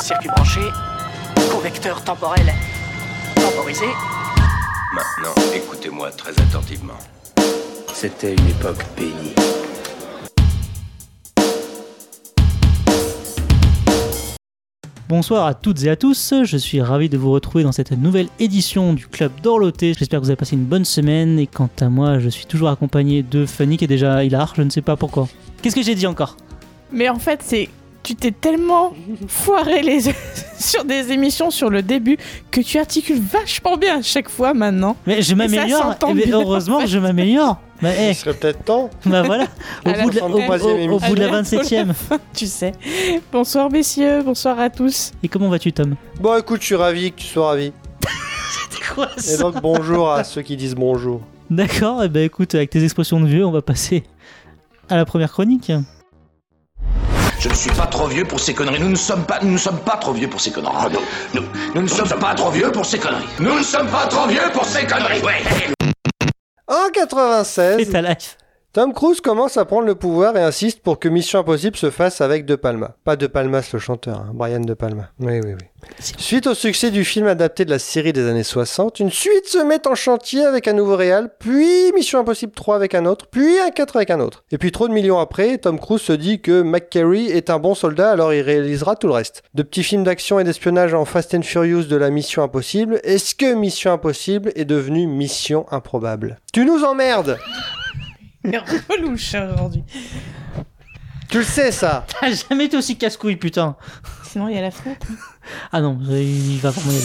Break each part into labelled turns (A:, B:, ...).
A: Circuit branché, convecteur temporel temporisé.
B: Maintenant, écoutez-moi très attentivement. C'était une époque bénie.
C: Bonsoir à toutes et à tous, je suis ravi de vous retrouver dans cette nouvelle édition du Club d'Orloté. J'espère que vous avez passé une bonne semaine et quant à moi, je suis toujours accompagné de Fanny qui est déjà hilar, je ne sais pas pourquoi. Qu'est-ce que j'ai dit encore
D: Mais en fait, c'est tu t'es tellement foiré les sur des émissions sur le début que tu articules vachement bien à chaque fois maintenant.
C: Mais je m'améliore,
D: s'entend
C: eh ben,
D: bien,
C: heureusement
D: en
C: que je m'améliore. Bah, eh,
E: Il serait peut-être temps.
C: bah voilà, au
D: À la
C: bout de la, au-
E: 63e
C: au- au
E: émission.
C: bout de la
D: À la-
C: 27e.
D: Tu sais. Bonsoir messieurs, bonsoir à tous.
C: Et comment vas-tu Tom
E: Bon, écoute, je suis ravi que tu sois ravi.
D: Eh
E: Et donc, bonjour à ceux qui disent bonjour.
C: D'accord, et ben écoute, avec tes expressions de vieux, on va passer à la première chronique.
F: Je ne suis pas trop vieux pour ces conneries. Nous ne sommes pas, nous ne sommes pas trop vieux pour ces conneries. Nous, nous, nous ne sommes pas trop vieux pour ces conneries. Nous ne sommes pas trop vieux pour ces conneries. Ouais.
E: En
C: Et
E: 96,
C: ta life
E: Tom Cruise commence à prendre le pouvoir et insiste pour que Mission Impossible se fasse avec De Palma. Pas De Palmas le chanteur, hein, Brian De Palma. Oui, oui, oui.
C: C'est-
E: Suite au succès du film adapté de la série des années 60, une suite se met en chantier avec un nouveau réal, puis Mission Impossible 3 avec un autre, puis un 4 avec un autre. Et puis trop de millions après, Tom Cruise se dit que McCary est un bon soldat, alors il réalisera tout le reste. De petits films d'action et d'espionnage en Fast and Furious de la Mission Impossible, est-ce que Mission Impossible est devenue Mission Improbable Tu nous emmerdes
D: Relouche hein, aujourd'hui.
E: Tu le sais ça
C: T'as jamais été aussi casse-couille, putain
D: Sinon il y a la fenêtre.
C: Ah non, il va vraiment y aller.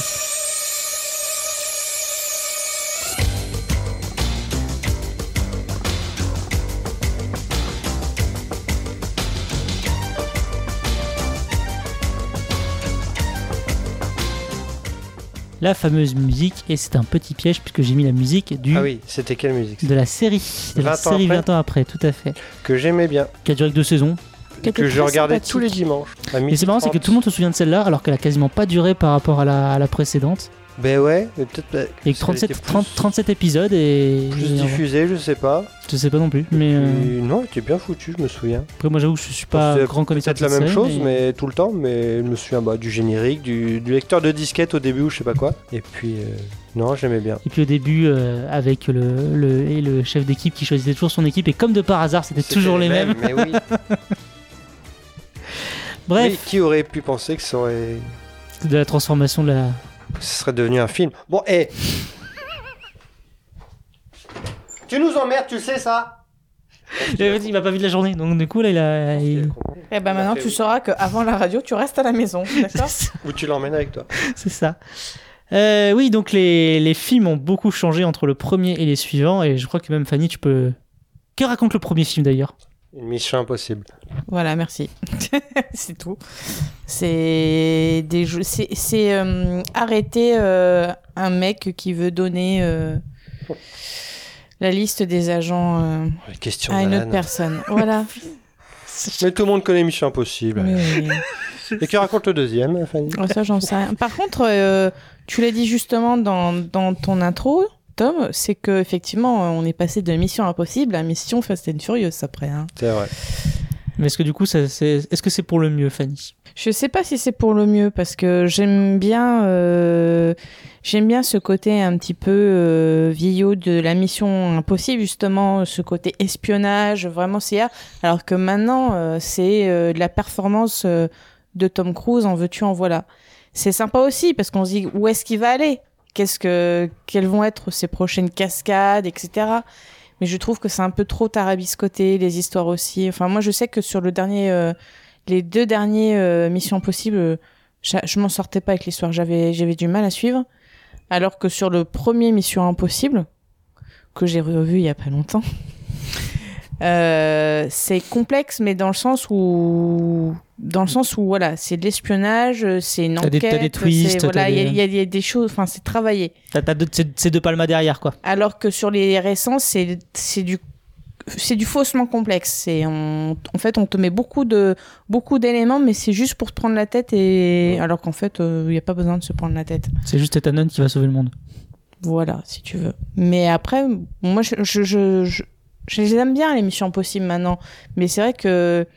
C: La fameuse musique, et c'est un petit piège puisque j'ai mis la musique du,
E: Ah oui, c'était quelle musique
C: de la série. De la
E: 20 ans
C: série
E: après.
C: 20 ans après, tout à fait.
E: Que j'aimais bien,
C: Qui a duré que deux saisons.
E: que je regardais tous les dimanches. à
C: Et c'est marrant, c'est que
E: 12h30.
C: tout le monde se souvient de celle-là alors qu'elle a quasiment pas duré par rapport à la, à la précédente.
E: Ben ouais, mais peut-être. euh,
C: Et que
E: ça a été
C: 37,
E: plus-
C: 30 37 épisodes et.
E: Plus
C: et en-
E: diffusé, je sais pas.
C: Je sais pas non plus, mais hein. euh,
E: Et Non, était bien foutu, je me souviens.
C: après moi j'avoue que je suis pas
E: C'est
C: grand connaisseur de
E: Peut-être la
C: cette
E: même
C: série,
E: chose, mais... tout le temps. Mais je me souviens bah, du générique, du, du lecteur de disquette au début ou je sais pas quoi. Et puis, euh, non, j'aimais bien.
C: Et puis au début, euh, avec le, le, et le chef d'équipe qui choisissait toujours son équipe, et comme de par hasard, c'était
E: C'était
C: toujours les mêmes.
E: Mais oui.
C: Bref,
E: Mais qui aurait pu penser que ça aurait...
C: de la transformation de la.
E: ce serait devenu un film Bon, hé Tu nous emmerdes, tu le sais ça
C: Eh,
D: bah,
C: Il m'a pas vu de la journée, donc du coup là il a. il-
D: Et bah maintenant tu sauras qu'avant la radio tu restes à la maison,
C: C'est
D: d'accord
C: ça.
E: Ou tu l'emmènes avec toi.
C: c'est ça. Euh, oui, donc les, les films ont beaucoup changé entre le premier et les suivants, et je crois que même Fanny, tu peux. Que raconte le premier film d'ailleurs
E: Une mission impossible.
D: Voilà, merci. c'est tout. C'est des jeux- c'est c'est, euh, arrêter euh, un mec qui veut donner euh, la liste des agents euh,
E: Question
D: à une
E: banane.
D: autre personne. Voilà.
E: Mais tout le monde connaît Mission Impossible.
D: Mais-
E: Et que raconte le deuxième, Fanny
D: Ouais, Oh, ça j'en sais rien. Par contre, euh, tu l'as dit justement dans, dans ton intro, Tom, c'est que effectivement, on est passé de Mission Impossible à Mission Fast and Furious après. Hein.
E: C'est vrai.
C: Mais est-ce que du coup, ça, c'est... est-ce que c'est pour le mieux, Fanny
D: Je sais pas si c'est pour le mieux parce que j'aime bien euh, j'aime bien ce côté un petit peu euh, vieillot de la mission impossible justement ce côté espionnage vraiment c'est alors que maintenant euh, c'est euh, de la performance euh, de Tom Cruise en veux-tu en voilà. C'est sympa aussi parce qu'on se dit où est-ce qu'il va aller Qu'est-ce que quelles vont être ses prochaines cascades etc. Mais je trouve que c'est un peu trop tarabiscoté les histoires aussi. Enfin moi je sais que sur le dernier euh, les deux derniers euh, Missions Impossible, euh, j'a- je m'en sortais pas avec l'histoire, j'avais j'avais du mal à suivre. Alors que sur le premier Mission Impossible, que j'ai revu il y a pas longtemps, euh, c'est complexe, mais dans le sens où dans le sens où voilà, c'est de l'espionnage, euh, c'est une
C: T'as des-
D: enquête,
C: t'as des
D: c'est-
C: twists,
D: voilà,
C: t'as
D: il y a-
C: des-
D: il y, a- il y a des choses, enfin c'est travaillé.
C: T'as, t'as deux- c'est, c'est deux palmas derrière, quoi.
D: Alors que sur les récents, c'est c'est du c'est du faussement complexe. C'est on- en fait on te met beaucoup de beaucoup d'éléments, mais c'est juste pour te prendre la tête et alors qu'en fait euh, il n'y a pas besoin de se prendre la tête.
C: C'est juste Etanon qui va sauver le monde.
D: Voilà, si tu veux. Mais après, moi je je je, je, je les aime bien les missions impossibles maintenant, mais c'est vrai que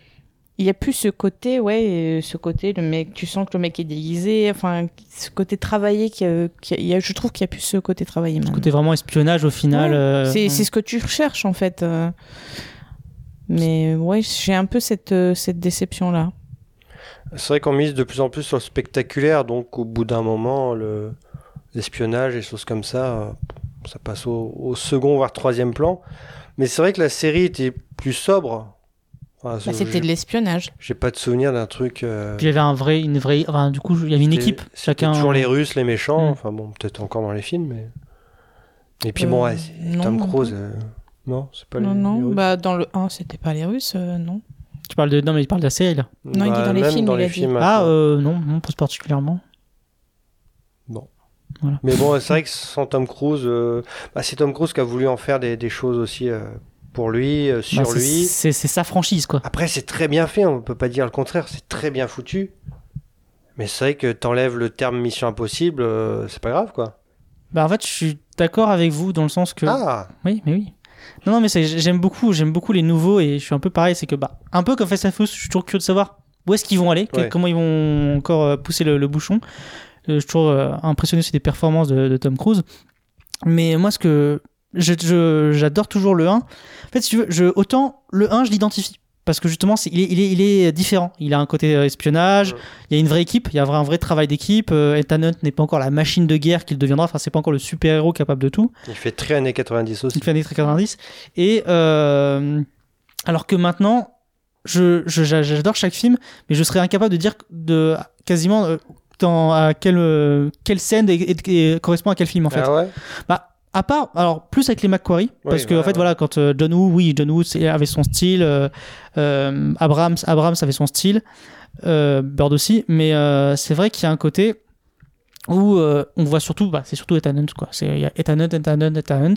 D: Il y a plus ce côté, ouais, euh, ce côté, le mec, tu sens que le mec est déguisé, enfin, ce côté travaillé, qui, je trouve qu'il y a plus ce côté travaillé maintenant.
C: Côté vraiment espionnage au final.
D: Ouais,
C: euh,
D: c'est
C: ouais.
D: c'est ce que tu recherches en fait. euh. Mais ouais, j'ai un peu cette, euh, cette déception-là.
E: C'est vrai qu'on mise de plus en plus sur le spectaculaire, donc au bout d'un moment, le- l'espionnage et choses comme ça, euh, ça passe au, au second voire troisième plan. Mais c'est vrai que la série était plus sobre. Enfin,
D: Bah,
E: je-
D: C'était de l'espionnage.
E: J'ai pas de souvenir d'un truc. euh,
C: Puis il y avait un vrai, une vraie. Enfin, du coup, il y avait une
E: c'était-
C: équipe.
E: c'était
C: Chacun.
E: Toujours les Russes, les méchants.
C: Mm.
E: Enfin bon, peut-être encore dans les films, mais. Et puis
D: Euh,
E: bon, ouais, c'est-
D: non,
E: Tom
D: non
E: Cruise. euh, Non, c'est pas
D: Non,
E: les,
D: non,
E: les Russes.
D: bah dans le 1, c'était pas les Russes, euh, non.
C: Tu parles de. Non, mais il parle de la série là.
D: non, il dit dans les
E: Bah, même
D: films,
E: dans
D: il
E: les
D: a dit.
E: films,
C: Ah,
E: maintenant.
C: euh, non, non, pas particulièrement.
E: Mais bon, c'est vrai que sans Tom Cruise, euh, bah, c'est Tom Cruise qui a voulu en faire des, des choses aussi euh, pour lui, euh, sur
C: Bah, c'est-
E: lui.
C: C'est c'est sa franchise quoi.
E: Après, c'est très bien fait, on peut pas dire le contraire, c'est très bien foutu. Mais c'est vrai que t'enlèves le terme Mission Impossible, euh, c'est pas grave quoi.
C: Bah, en fait, je suis d'accord avec vous dans le sens que.
E: Ah
C: Oui, mais oui. Non, non, mais c'est- j'aime beaucoup, j'aime beaucoup les nouveaux et je suis un peu pareil, c'est que bah, un peu comme Fast and Furious, je suis toujours curieux de savoir où est-ce qu'ils vont aller, que-
E: Ouais.
C: comment ils vont encore euh, pousser le, le bouchon. Euh, Je suis toujours euh, impressionné aussi des performances de, de Tom Cruise. Mais moi, ce que je- je- j'adore toujours le 1. En fait, si tu veux, je, autant le 1, je l'identifie. Parce que justement, c'est- il est, il, est, il est différent. Il a un côté euh, espionnage,
E: Ouais.
C: il y a une vraie équipe, il y a un vrai, un vrai travail d'équipe. Euh, Ethan Hunt n'est pas encore la machine de guerre qu'il deviendra, enfin, c'est pas encore le super-héros capable de tout
E: Il fait très années 90 aussi.
C: il fait des trucs 90. Et euh, alors que maintenant, je je- j'a- j'adore chaque film, mais je serais incapable de dire de quasiment euh, dans à quelle euh, quelle scène et- et- et correspond à quel film en fait.
E: Ah ouais
C: Bah, à part, alors plus avec les McQuarrie, parce que
E: voilà,
C: en fait,
E: ouais.
C: voilà, quand euh, John Woo, oui, John Woo c'est- avait son style, euh, euh, Abrams, Abrams avait son style, euh, Bird aussi, mais euh, c'est vrai qu'il y a un côté où euh, on voit surtout, bah, c'est surtout Ethan Hunt, quoi. C'est- Il y a Ethan Hunt, Ethan Hunt, Ethan Hunt.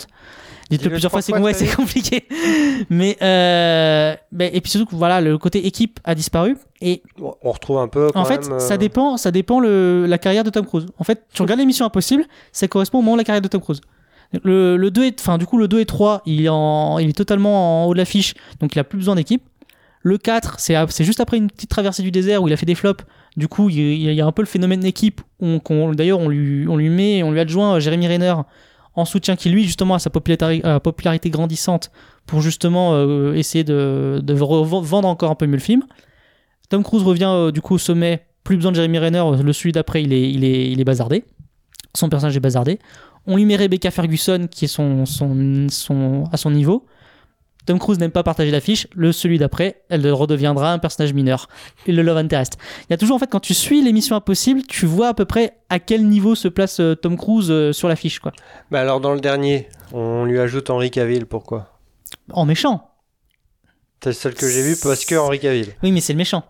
C: Dites-le
E: Dis-le
C: plusieurs fois,
E: trois
C: c'est
E: fois,
C: ouais,
E: t'as
C: c'est
E: dit.
C: compliqué. mais, euh, mais- et puis surtout, que, voilà, le côté équipe a disparu, et
E: Bon, On retrouve un peu quand
C: en fait,
E: même, euh,
C: ça dépend, ça dépend le, la carrière de Tom Cruise. En fait, tu regardes l'émission Impossible, ça correspond au moment de la carrière de Tom Cruise. Le, le 2 et, enfin, du coup, le 2 et 3, il est, en- il est totalement en haut de l'affiche, donc il a plus besoin d'équipe. Le 4, c'est ap- c'est juste après une petite traversée du désert où il a fait des flops. Du coup, il, il y a un peu le phénomène d'équipe. on- qu'on- D'ailleurs, on lui, on lui met, on lui adjoint euh, Jérémy Renner en soutien qui, lui, justement, a sa popularité, euh, popularité grandissante pour justement euh, essayer de, de reven- vendre encore un peu mieux le film. Tom Cruise revient euh, du coup au sommet, plus besoin de Jeremy Renner, euh, le celui d'après il est, il, est, il est bazardé, son personnage est bazardé. On lui met Rebecca Ferguson qui est son, son, son, à son niveau. Tom Cruise n'aime pas partager l'affiche, le celui d'après, elle redeviendra un personnage mineur. Et le Love Interest. Il y a toujours en fait quand tu suis l'émission Impossible, tu vois à peu près à quel niveau se place euh, Tom Cruise euh, sur l'affiche quoi.
E: Bah alors dans le dernier, on lui ajoute Henri Cavill, pourquoi
C: En méchant.
E: C'est le seul que j'ai vu parce que Henri Cavill.
C: Oui, mais c'est le méchant.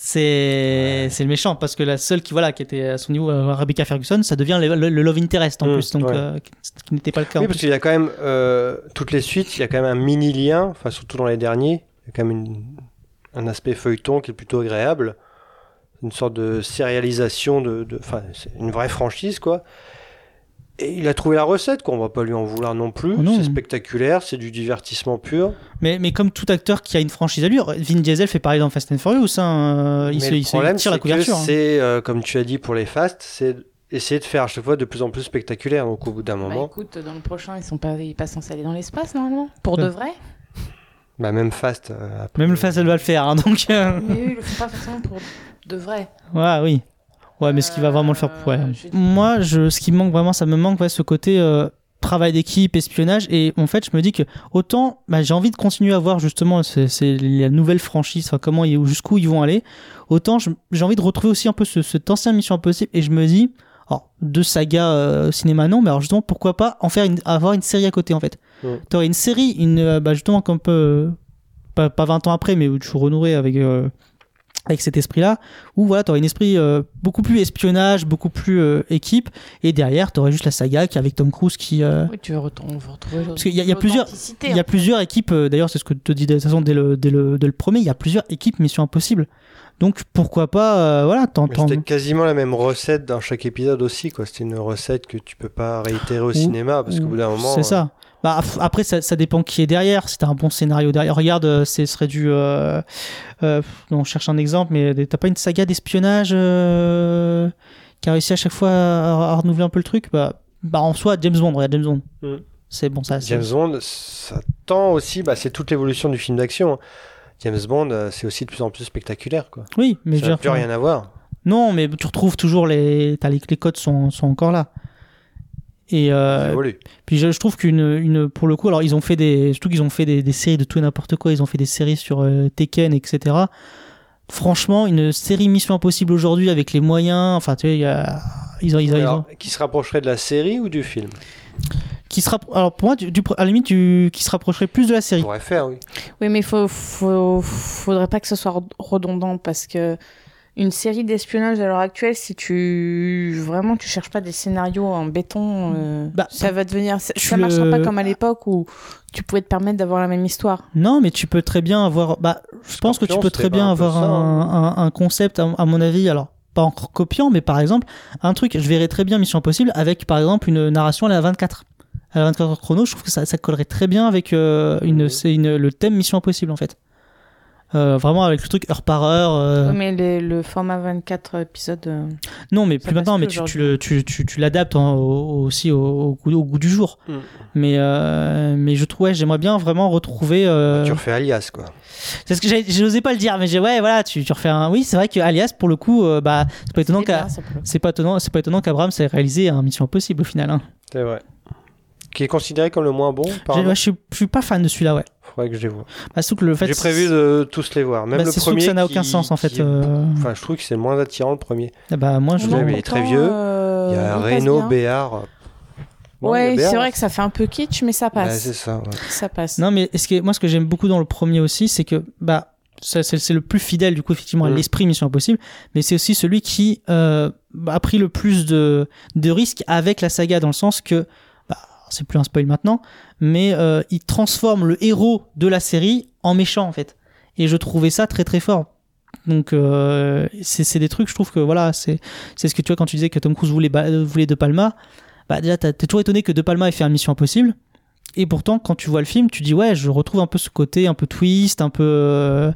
C: C'est c'est le méchant parce que la seule qui voilà qui était à son niveau euh, Rebecca Ferguson ça devient le, le- le love interest en
E: Mm,
C: plus donc
E: ouais.
C: euh, ce qui n'était pas le cas en
E: Oui, parce
C: plus.
E: qu'il y a quand même, euh, toutes les suites, il y a quand même un mini lien, enfin surtout dans les derniers, il y a quand même une- un aspect feuilleton qui est plutôt agréable, une sorte de sérialisation, de, de- enfin c'est une vraie franchise quoi. Et il a trouvé la recette, quoi. On va pas lui en vouloir non plus.
C: Oh non.
E: C'est spectaculaire, c'est du divertissement pur.
C: mais mais comme tout acteur qui a une franchise à lui Vin Diesel fait pareil dans Fast and Furious hein, euh, il,
E: Mais
C: se,
E: le
C: il se
E: problème,
C: tire la
E: c'est que
C: couverture hein.
E: C'est, euh, comme tu as dit pour les fastes, c'est essayer de faire à chaque fois de plus en plus spectaculaire. Donc au bout d'un
G: Bah
E: moment,
G: écoute, dans le prochain, ils sont pas, ils pas censés aller dans l'espace normalement Pour
C: Ouais.
G: de vrai
E: bah, même fast. euh, après-
C: même le Fast elle va le faire hein, donc euh,
G: Mais eux, ils le font pas forcément pour de vrai.
C: ouais oui ouais mais ce qui va vraiment le faire ouais.
G: Euh, je-
C: moi je ce qui me manque vraiment ça me manque ouais, ce côté euh, travail d'équipe espionnage et en fait je me dis que autant bah, j'ai envie de continuer à voir justement c'est la nouvelle franchise enfin comment ils- jusqu'où ils vont aller autant je- j'ai envie de retrouver aussi un peu ce, cet ancien Mission Impossible et je me dis alors de saga euh, cinéma non mais alors justement pourquoi pas en faire une, avoir une série à côté en fait
E: Ouais.
C: t'aurais une série une euh, bah, justement comme peu- pas, pas 20 ans après mais où tu renouerais avec euh, avec cet esprit là où voilà t'aurais un esprit euh, beaucoup plus espionnage beaucoup plus euh, équipe et derrière t'aurais juste la saga qui avec Tom Cruise qui euh,
G: Oui, tu veux ret- on veut retrouver
C: Parce qu'il y a- il y a plusieurs-
G: l'authenticité,
C: il y a
G: hein.
C: plusieurs équipes, euh, d'ailleurs c'est ce que te dis de toute façon dès le, dès le, dès le premier, il y a plusieurs équipes Mission Impossible. Donc pourquoi pas, euh, voilà,
E: Mais
C: t'entends.
E: C'était quasiment la même recette dans chaque épisode aussi, quoi. C'était une recette que tu peux pas réitérer au cinéma parce qu'au bout d'un moment. euh,
C: C'est ça. Bah, af- après, ça, ça dépend qui est derrière. Si t'as un bon scénario derrière, regarde, euh, c'est- ce serait du. euh, euh, pff, non, je cherche un exemple, mais des- t'as pas une saga d'espionnage euh, qui a réussi à chaque fois à, à renouveler un peu le truc bah, bah, en soi, James Bond, regarde James Bond.
E: Mm.
C: C'est bon, ça. c'est-
E: James Bond, ça tend aussi, bah, c'est toute l'évolution du film d'action. hein. James Bond, euh, c'est aussi de plus en plus spectaculaire, quoi.
C: Oui, mais je
E: ça
C: veux
E: n'a
C: dire,
E: plus rien à voir.
C: Non, mais tu retrouves toujours les. t'as les, les codes sont, sont encore là. Et
E: Ça
C: euh,
E: évolue.
C: Puis je, je trouve qu'une, une, pour le coup, alors ils ont fait des, surtout qu'ils ont fait des, des séries de tout et n'importe quoi. Ils ont fait des séries sur euh, Tekken, etc. Franchement, une série Mission Impossible aujourd'hui avec les moyens, enfin tu vois, il y a- ils ont, ils ont, ils ont-
E: Alors, qui se rapprocherait de la série ou du film
C: qui se rappro- alors pour moi, du, du- à la limite, du- qui se rapprocherait plus de la série.
E: Pourrait faire, oui.
D: hein. Oui, mais faut, faut, faudrait pas que ce soit red- redondant parce que une série d'espionnage à l'heure actuelle, si tu vraiment tu cherches pas des scénarios en béton, euh,
C: Bah,
D: ça va devenir, ça,
C: tu
D: ça marchera
C: le-
D: pas comme à l'époque où tu pouvais te permettre d'avoir la même histoire.
C: Non, mais tu peux très bien avoir. Bah, je pense que tu
E: Scorpion,
C: peux très
E: c'était
C: bien
E: pas un peu
C: avoir
E: ça, hein.
C: un, un- un concept, à, à mon avis. Alors, pas en copiant, mais par exemple, un truc, je verrais très bien Mission Impossible avec, par exemple, une narration à la 24. À la 24 heures chrono, je trouve que ça, ça collerait très bien avec euh, une,
E: Mhm.
C: c'est une, le thème Mission Impossible, en fait. Euh, vraiment avec le truc heure par heure. euh,
D: Ouais, Mais le, le format 24 épisodes, euh,
C: non, mais
D: Ça
C: plus maintenant,
D: passe
C: mais
D: plus
C: tu, tu, le- tu, tu, tu l'adaptes en- au- aussi au, au goût, au goût du jour.
E: Mm.
C: Mais, euh, mais je trouvais, j'aimerais bien vraiment retrouver. euh,
E: Ah, Tu refais Alias, quoi.
C: C'est ce que j'ai- j'osais pas le dire, mais j'ai ouais, voilà, tu, tu refais un. Oui, c'est vrai que Alias, pour le coup, euh, bah, c'est pas étonnant
D: c'est bien,
C: qu'à-
D: ça, pour le coup.
C: c'est pas étonnant, c'est pas étonnant qu'Abraham s'est réalisé un Mission Impossible au final. hein.
E: C'est vrai. Qui est considéré comme le moins bon, par
C: J'ai- ouais, je, suis, je suis pas fan de celui-là, ouais.
E: Faudrait que je les vois.
C: Bah, surtout que le fait.
E: J'ai prévu de tous les voir. Même
C: bah,
E: le
C: c'est sûr que
E: premier.
C: ça n'a
E: qui-
C: aucun sens en fait.
E: qui est-
C: euh,
E: Enfin, je trouve que c'est le moins attirant le premier.
C: ah Bah moi je.
E: Non, mais il est
D: pourtant,
E: très vieux.
D: euh,
E: Il y a
D: il passe
E: Reno
D: bien.
E: Béard. Bon, il y a
D: ouais,
E: Béard.
D: c'est vrai que ça fait un peu kitsch, mais ça
E: Bah,
D: passe.
E: c'est ça. ouais.
D: ça passe.
C: Non mais ce que, moi ce que j'aime beaucoup dans le premier aussi, c'est que bah ça, c'est c'est le plus fidèle du coup effectivement à
E: Mm.
C: l'esprit Mission Impossible, mais c'est aussi celui qui euh, a pris le plus de, de risques avec la saga dans le sens que bah, c'est plus un spoil maintenant, mais euh, il transforme le héros de la série en méchant en fait. Et je trouvais ça très très fort. Donc euh, c'est c'est des trucs, je trouve que voilà, c'est c'est ce que tu vois quand tu disais que Tom Cruise voulait, ba- euh, voulait De Palma. Bah déjà, t'as- t'es toujours étonné que De Palma ait fait un Mission Impossible. Et pourtant, quand tu vois le film, tu dis ouais, je retrouve un peu ce côté un peu twist, un peu, euh,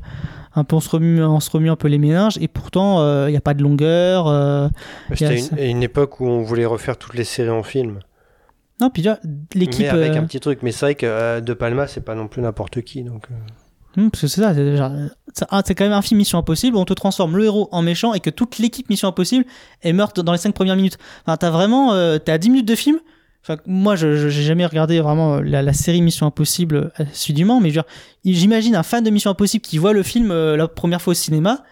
C: un peu on se remue, on se remue un peu les méninges. Et pourtant, euh, il n'y a pas de longueur. euh.
E: C'était
C: Yes.
E: une, une époque où on voulait refaire toutes les séries en film.
C: Non, puis tu vois, l'équipe.
E: Mais avec
C: euh,
E: un petit truc. Mais c'est vrai que euh, De Palma, c'est pas non plus n'importe qui. Donc, euh,
C: Hum, parce que c'est ça, c'est genre, euh, c'est un- c'est quand même un film Mission Impossible où on te transforme le héros en méchant et que toute l'équipe Mission Impossible est morte dans les 5 premières minutes. Enfin, t'as vraiment, euh, t'es à 10 minutes de film. Enfin, moi, je je- j'ai jamais regardé vraiment euh, la, la série Mission Impossible euh, assidûment, mais je veux dire, j'imagine un fan de Mission Impossible qui voit le film euh, la première fois au cinéma,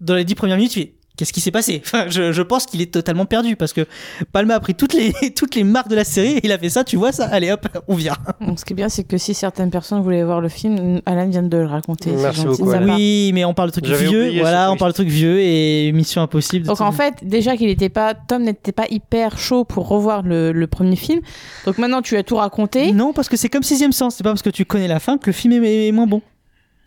C: dans les 10 premières minutes, il fait, Qu'est-ce qui s'est passé Enfin, je, je pense qu'il est totalement perdu parce que Palma a pris toutes les, toutes les marques de la série et il a fait ça, tu vois ça Allez hop, on vient.
D: Donc, ce qui est bien, c'est que si certaines personnes voulaient voir le film, Alain vient de le raconter. c'est
E: Merci
D: gentil de
E: beaucoup,
D: sa
E: Alain.
D: part.
C: Ah Oui, mais on parle de trucs
E: J'avais
C: vieux,
E: oublié
C: voilà,
E: ce
C: on parle de trucs vieux et Mission Impossible. de
D: Donc
C: tout-
D: en fait, déjà qu'il n'était pas, Tom n'était pas hyper chaud pour revoir le, le premier film. Donc maintenant, tu as tout raconté.
C: non, parce que c'est comme sixième sens, c'est pas parce que tu connais la fin que le film est, est moins bon.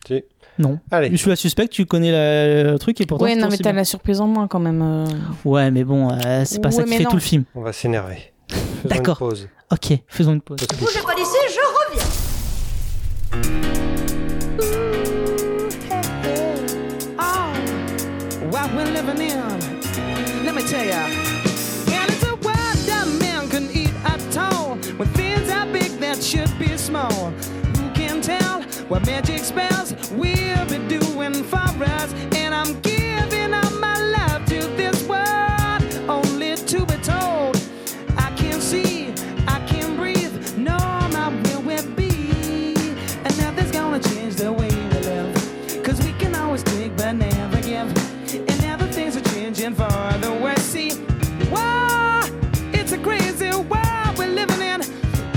E: Si.
C: Non.
E: allez.
C: Je suis la suspecte, tu connais la- le truc et pourtant.
D: ouais,
C: c'est
D: non, mais
C: aussi
D: t'as
C: bien.
D: la surprise en moins quand même. euh.
C: Ouais, mais bon, euh, c'est pas ça
D: Ouais,
C: qui
D: mais
C: fait
D: non.
C: tout le film.
E: On va s'énerver. Faisons
C: D'accord.
E: Une pause.
C: Ok, faisons une pause.
H: Bougez pas d'ici, je reviens.
I: what we're living in. Let me tell ya. And it's a world that man can eat at all. When things are big that should be small. Who can tell what magic spells will be doing for us? And I'm giving up my love to this world, only to be told. I can't see, I can't breathe, no, my will will be. And nothing's gonna change the way we live. Cause we can always take but never give. And now the things are changing for the worse. See, why? It's a crazy world we're living in.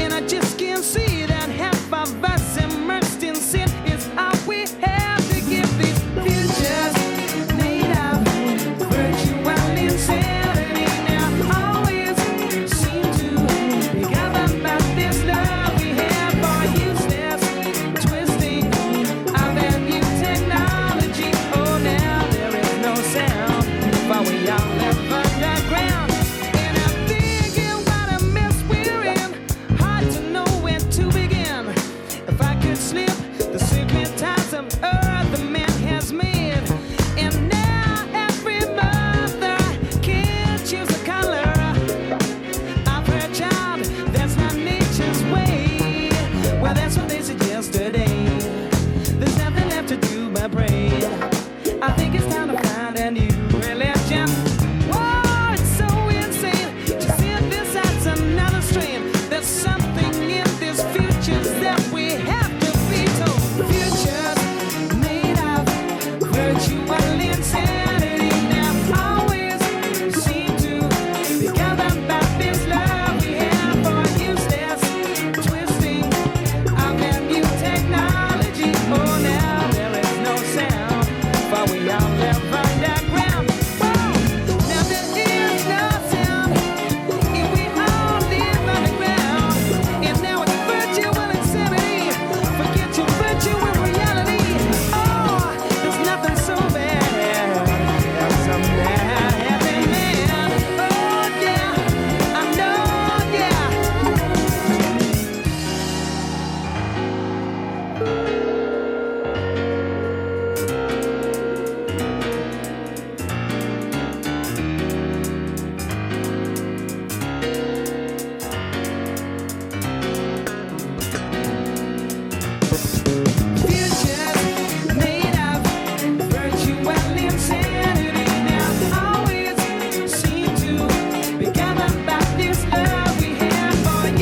I: And I just can't see that half of us immersed in sin is how we have to give these futures made of virtue and insanity. Now, always seem to be governed by this love we have for useless twisting of that new technology. Oh, now there
J: Oh,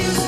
J: Oh, Oh!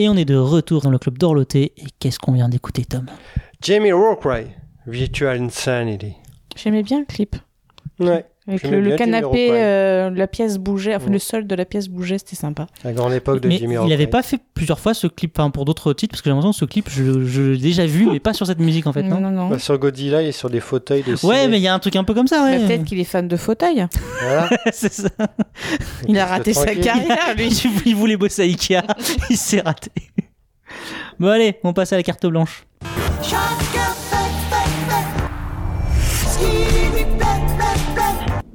C: Et on est de retour dans le club d'Orloté. Et qu'est-ce qu'on vient d'écouter, Tom
E: Jamie Rockray, Virtual Insanity.
D: J'aimais bien le clip.
E: Ouais.
D: Avec
E: J'aimais
D: le, le
E: bien Jimmy
D: canapé,
E: Rockwell.
D: euh, la pièce bougeait, enfin
E: Ouais.
D: le sol de la pièce bougeait, c'était sympa.
E: La grande époque de
C: Mais
E: Jimmy
C: il
E: Rockray.
C: n'avait pas fait plusieurs fois ce clip, enfin pour d'autres titres, parce que j'ai l'impression que ce clip, je, je l'ai déjà vu, mais pas sur cette musique en fait.
D: non,
C: Non
D: non, non.
E: Bah, sur Godzilla et sur des fauteuils de
C: ouais,
E: ciné.
C: mais il y a un truc un peu comme ça,
D: Bah,
C: ouais.
D: Peut-être qu'il est fan de fauteuil.
E: Voilà.
C: C'est ça.
D: Il a raté sa
E: Tranquille.
D: carrière, lui.
C: il voulait bosser à Ikea, il s'est raté. Bon allez, on passe à la carte blanche.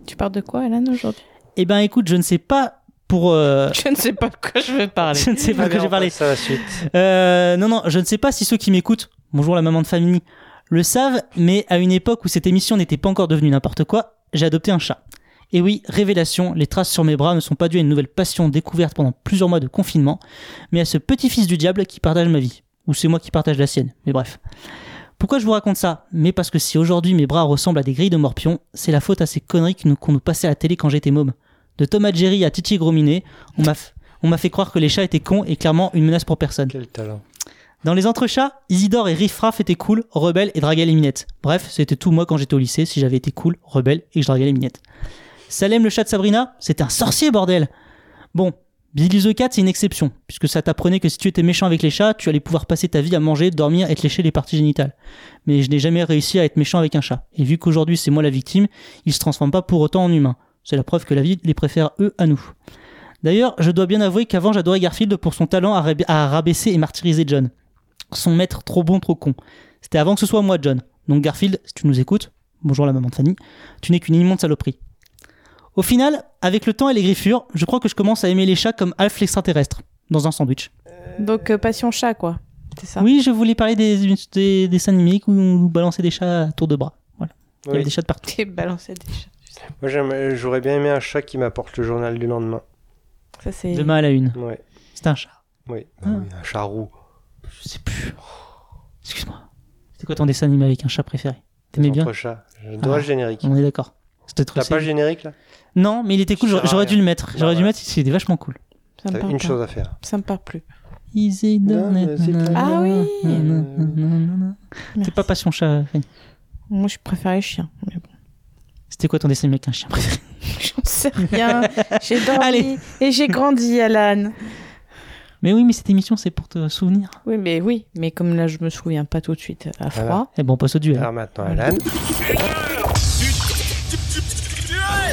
D: Tu parles de quoi, Alan, aujourd'hui
C: Eh ben écoute, je ne sais pas pour... euh,
D: Je ne sais pas de quoi je veux parler.
C: je ne sais pas de quoi
E: Très bien,
C: j'ai
E: on
C: parlé.
E: passe à la suite.
C: Euh, non, non, je ne sais pas si ceux qui m'écoutent, bonjour la maman de famille, le savent, mais à une époque où cette émission n'était pas encore devenue n'importe quoi, j'ai adopté un chat. Et oui, révélation, les traces sur mes bras ne sont pas dues à une nouvelle passion découverte pendant plusieurs mois de confinement, mais à ce petit-fils du diable qui partage ma vie. Ou c'est moi qui partage la sienne, mais bref. Pourquoi je vous raconte ça Mais parce que si aujourd'hui mes bras ressemblent à des grilles de morpion, c'est la faute à ces conneries que nous- qu'on nous passait à la télé quand j'étais môme. De Thomas Jerry à Titi Grominé, on m'a f- on m'a fait croire que les chats étaient cons et clairement une menace pour personne.
E: Quel talent.
C: Dans les entrechats, Isidore et Riffraff étaient cool, rebelles et draguaient les minettes. Bref, c'était tout moi quand j'étais au lycée, si j'avais été cool, rebelle et que je draguais les minettes. Salem le chat de Sabrina, c'était un sorcier, bordel Bon, Billy the Cat, c'est une exception, puisque ça t'apprenait que si tu étais méchant avec les chats, tu allais pouvoir passer ta vie à manger, dormir et te lécher les parties génitales. Mais je n'ai jamais réussi à être méchant avec un chat. Et vu qu'aujourd'hui c'est moi la victime, il se transforme pas pour autant en humain. C'est la preuve que la vie les préfère eux à nous. D'ailleurs, je dois bien avouer qu'avant j'adorais Garfield pour son talent à rab- à rabaisser et martyriser John son maître trop bon, trop con. C'était avant que ce soit moi, John. Donc Garfield, si tu nous écoutes, bonjour la maman de Fanny, tu n'es qu'une immonde saloperie. Au final, avec le temps et les griffures, je crois que je commence à aimer les chats comme Alf l'extraterrestre, dans un sandwich.
D: Donc, euh, passion chat, quoi. C'est ça.
C: Oui, je voulais parler des, des dessins animés où on nous balançait des chats à tour de bras. Voilà. Il y
E: Oui.
C: avait des chats de partout.
D: T'es balancé déjà.
E: Moi, j'aime- j'aurais bien aimé un chat qui m'apporte le journal du lendemain.
D: Ça, c'est.
C: De mal à une.
E: Ouais.
C: C'était un chat.
E: Oui.
C: Ah.
E: Oui, Un chat roux.
C: Je sais plus. Excuse-moi. C'était quoi ton dessin animé avec un chat préféré T'aimais
E: Les
C: bien
E: entrechats. J'adore
C: Ah.
E: le générique.
C: On est d'accord. C'était trop
E: T'as pas le
C: c'est-
E: générique là
C: Non, mais il était cool,
E: Ça sert
C: j'aurais
E: à
C: j'aurais dû
E: rien.
C: le mettre.
E: Bah,
C: J'aurais dû le mettre,
E: voilà.
C: c'était vachement cool.
D: Ça me
E: T'avais
D: parle
E: une
D: pas.
E: chose à faire.
D: Ça me parle plus.
C: Easy
E: Non,
C: done
E: mais
C: it,
E: c'est
C: nanana,
E: pas-
D: Ah oui.
C: nanana, nanana. T'es
D: Merci.
C: pas passion chat, Fanny.
D: Moi, je préférais chien. Mais bon.
C: C'était quoi ton dessin animé avec un chien préféré
D: J'en sais rien. j'ai dormi
C: Allez.
D: et j'ai grandi, Alan.
C: Mais oui, mais cette émission, c'est pour te souvenir.
D: Oui, mais oui. Mais comme là, je me souviens pas tout de suite à froid.
E: Voilà.
C: Eh bon, on passe au duel.
E: Alors maintenant, Alan.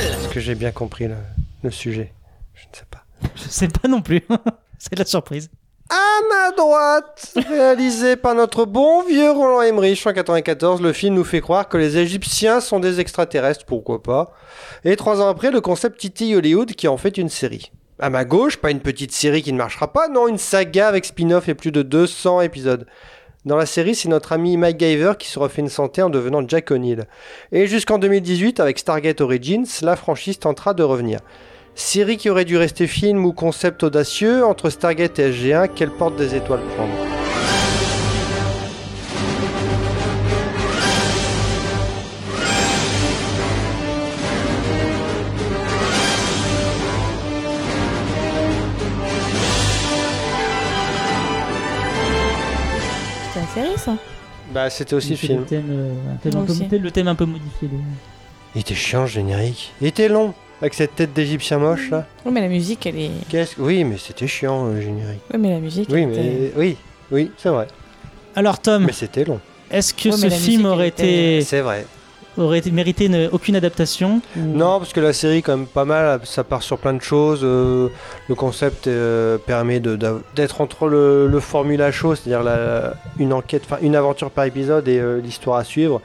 E: Est-ce que j'ai bien compris le, le sujet Je ne sais pas.
C: Je sais pas non plus. c'est de la surprise.
E: À ma droite, réalisé par notre bon vieux Roland Emmerich en 94, le film nous fait croire que les Égyptiens sont des extraterrestres, pourquoi pas. Et trois ans après, le concept titille Hollywood qui en fait une série. À ma gauche, pas une petite série qui ne marchera pas, non, une saga avec spin-off et plus de 200 épisodes. Dans la série, c'est notre ami Mike Giver qui se refait une santé en devenant Jack O'Neill. Et jusqu'en 2018, avec Stargate Origins, la franchise tentera de revenir. Série qui aurait dû rester film ou concept audacieux, entre Stargate et SG1, quelle porte des étoiles prendre
D: C'était une série, ça.
E: Bah, c'était aussi le
C: C'était
E: film.
C: Le thème, euh, un thème
D: Moi
C: un peu,
D: aussi.
C: le thème un peu modifié. de-
E: Il était chiant, ce générique. Il était long, avec cette tête d'égyptien moche, là.
D: Oui, mais la musique, elle est.
E: Qu'est-ce que- Oui, mais c'était chiant, euh, le générique.
D: Oui, mais la musique.
E: Oui,
D: elle était-
E: mais... Oui, oui, c'est vrai.
C: Alors, Tom,
E: Mais c'était long.
C: est-ce que
D: Ouais,
C: ce
D: mais la
C: film
D: musique, elle
C: aurait
D: était-
C: été,
E: C'est vrai.
C: aurait été- mérité une- aucune adaptation
E: Non, parce que la série, quand même, pas mal. Ça part sur plein de choses. euh, le concept euh, permet de- d'av- d'être entre le, le formula show, c'est-à-dire la- une enquête, enfin une aventure par épisode et euh, l'histoire à suivre.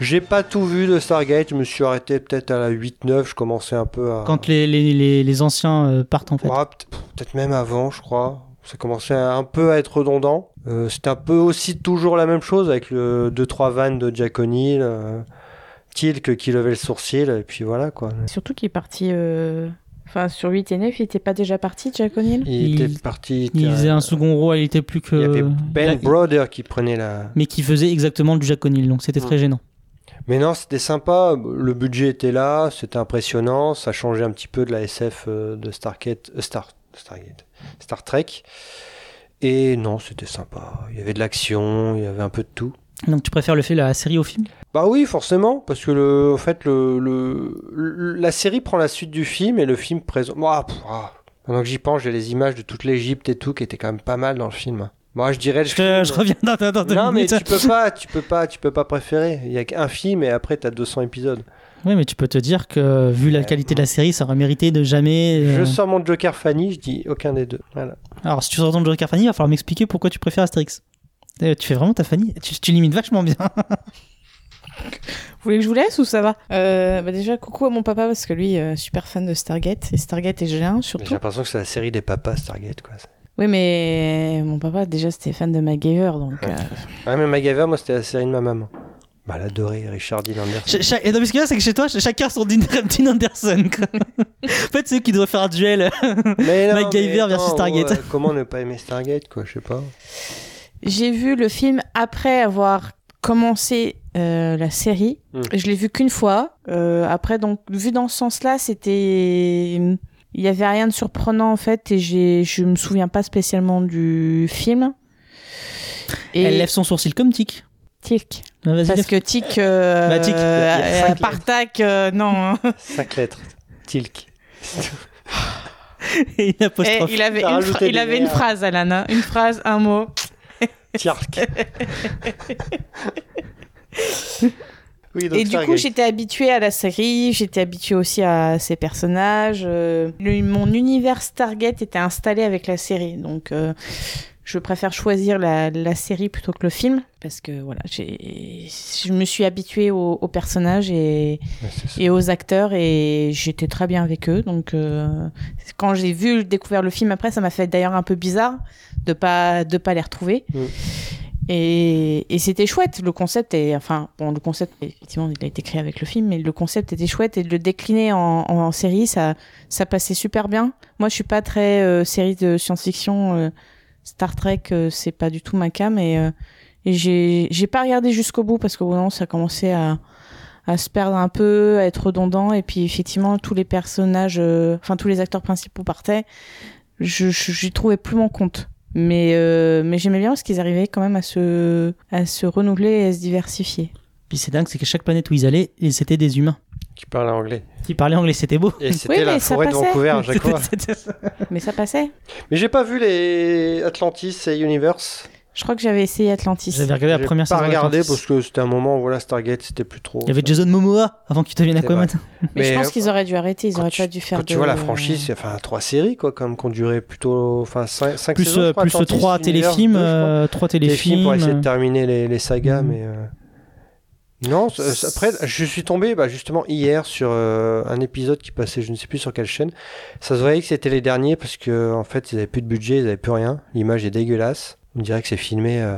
E: J'ai pas tout vu de Stargate. Je me suis arrêté peut-être à la 8-9. Je commençais un peu à.
C: Quand les, les, les, les anciens euh, partent, en fait.
E: Ouais, peut- pff, peut-être même avant, je crois. Ça commençait à- un peu à être redondant. Euh, C'était un peu aussi toujours la même chose avec le 2-3 vannes de Jack O'Neill, euh, Tilk qui levait le sourcil, et puis voilà quoi.
D: Surtout qu'il est parti. euh, Enfin, sur 8 et 9, il était pas déjà parti, Jack O'Neill
E: Il,
C: Il-
E: était parti.
C: Il faisait un second rôle, il était plus que.
E: Il y avait Ben
C: Là, il-
E: Broder qui prenait la.
C: mais qui faisait exactement du Jack O'Neill, donc c'était
E: Mm.
C: très gênant.
E: Mais non, c'était sympa. Le budget était là, c'était impressionnant. Ça changeait un petit peu de la SF euh, de Stargate, euh, Star, Stargate, Star Trek. Et non, c'était sympa. Il y avait de l'action, il y avait un peu de tout.
C: Donc tu préfères le fait la série au film
E: Bah oui, forcément, parce que le, en fait, le, le- le- la série prend la suite du film et le film présente. Moi, pff, ah. Pendant que j'y pense, j'ai les images de toute l'Égypte et tout qui étaient quand même pas mal dans le film. Moi, je dirais le
C: Je,
E: film.
C: te- je reviens dans, dans, dans deux
E: Non, mais
C: minutes.
E: tu peux pas, tu peux pas, tu peux pas préférer. Il y a qu'un film et après t'as 200 épisodes.
C: Oui, mais tu peux te dire que vu la qualité de la série, ça aurait mérité de jamais. euh,
E: Je sors mon Joker Fanny, je dis aucun des deux. Voilà.
C: Alors, si tu sors dans le Joker Fanny, il va falloir m'expliquer pourquoi tu préfères Astérix. Euh, Tu fais vraiment ta Fanny Tu, tu limites vachement bien.
D: Vous voulez que je vous laisse ou ça va Euh, bah Déjà, coucou à mon papa parce que lui, euh, super fan de Stargate et Stargate et G1
E: Mais
D: surtout.
E: J'ai l'impression que c'est la série des papas Stargate quoi.
D: Oui, mais mon papa déjà c'était fan de MacGyver donc. euh,
E: Ouais, Ah, mais MacGyver, moi c'était la série de ma maman. Bah, elle adorait Richard Dean Anderson.
C: Cha- cha- Et non, mais ce qu'il y a, c'est que chez toi, ch- chacun son Dean Dean Anderson. quoi. en fait, c'est eux qui devraient faire un duel.
E: Mais
C: MacGyver versus Stargate.
E: ouais, comment ne pas aimer Stargate quoi, je sais pas.
D: J'ai vu le film après avoir commencé euh, la série.
E: Hmm.
D: Je l'ai vu qu'une fois. Euh, après, donc, vu dans ce sens-là, c'était. Il y avait rien de surprenant en fait et j'ai, je me souviens pas spécialement du film. Et
C: Elle lève son sourcil comme Tic.
D: Tic.
C: Ah, Vas-y,
D: Parce
C: lève.
D: que Tic. Euh,
C: Bah, Tic, il y
E: a- il y a
D: euh,
E: cinq
D: Partak, euh, non. hein.
E: Cinq lettres. Tilk.
C: Et une
D: Eh,
C: apostrophe.
D: il avait,
E: T'as
D: une,
E: rajouté
D: phra- il
E: des
D: avait une
E: merdes.
D: phrase, Alan. hein. Une phrase, un mot.
E: Tiark. oui, donc
D: Et du coup,
E: Stargate.
D: j'étais habituée à la série, j'étais habituée aussi à ces personnages. euh, le- mon univers Stargate était installé avec la série, donc euh, je préfère choisir la, la série plutôt que le film parce que voilà, j'ai- je me suis habituée aux, aux personnages et,
E: Ouais, c'est ça.
D: et aux acteurs et j'étais très bien avec eux. Donc euh, quand j'ai vu découvert le film après, ça m'a fait d'ailleurs un peu bizarre de pas de pas les retrouver.
E: Mm.
D: Et, et c'était chouette. Le concept est enfin bon, le concept effectivement il a été créé avec le film, mais le concept était chouette et de le décliner en, en, en série, ça ça passait super bien. Moi, je suis pas très euh, série de science-fiction, euh, Star Trek, euh, c'est pas du tout ma cam et, euh, et j'ai j'ai pas regardé jusqu'au bout parce que non, ça commençait à à se perdre un peu, à être redondant. Et puis effectivement, tous les personnages, euh, enfin tous les acteurs principaux partaient. Je je- j'y trouvais plus mon compte. Mais, euh, mais j'aimais bien parce qu'ils arrivaient quand même à se, à se renouveler et à se diversifier.
C: Puis c'est dingue, c'est que chaque planète où ils allaient, ils- c'était des humains.
E: Qui parlait anglais.
C: Qui parlaient anglais, c'était beau.
E: Et c'était
D: Oui,
E: la
D: mais ça
E: forêt de
D: passait.
E: Vancouver à chaque fois.
C: C'était- c'était-
D: Mais ça passait.
E: Mais j'ai pas vu les Atlantis et Universe.
D: Je crois que j'avais essayé Atlantis.
C: J'avais regardé la
E: J'ai
C: première
E: pas
C: saison
E: regardé
C: d'Atlantis.
E: parce que c'était un moment où voilà, Stargate c'était plus trop.
C: Il y avait Jason Momoa avant qu'il devienne
E: C'est vrai.
C: Aquaman.
D: Mais, je
E: Mais,
D: pense
E: euh,
D: qu'ils auraient dû arrêter, ils
E: quand
D: auraient
E: tu-
D: pas dû faire
E: Quand tu
D: de-
E: vois la franchise, c'est- enfin trois séries quoi, comme qu'on durait plutôt, enfin cinq, cinq
C: Plus,
E: saisons.
C: euh,
E: je crois,
C: plus
E: Atlantis,
C: trois
E: Universe,
C: téléfilms,
E: deux, je crois.
C: euh, trois
E: Des films pour essayer de
C: téléfilms.
E: terminer les, les sagas,
C: Mhm.
E: mais. euh, Non, c- c- après, je suis tombé bah, justement hier sur euh, un épisode qui passait, je ne sais plus sur quelle chaîne. Ça se voyait que c'était les derniers parce que en fait, ils n'avaient plus de budget, ils n'avaient plus rien. L'image est dégueulasse. On dirait que c'est filmé euh,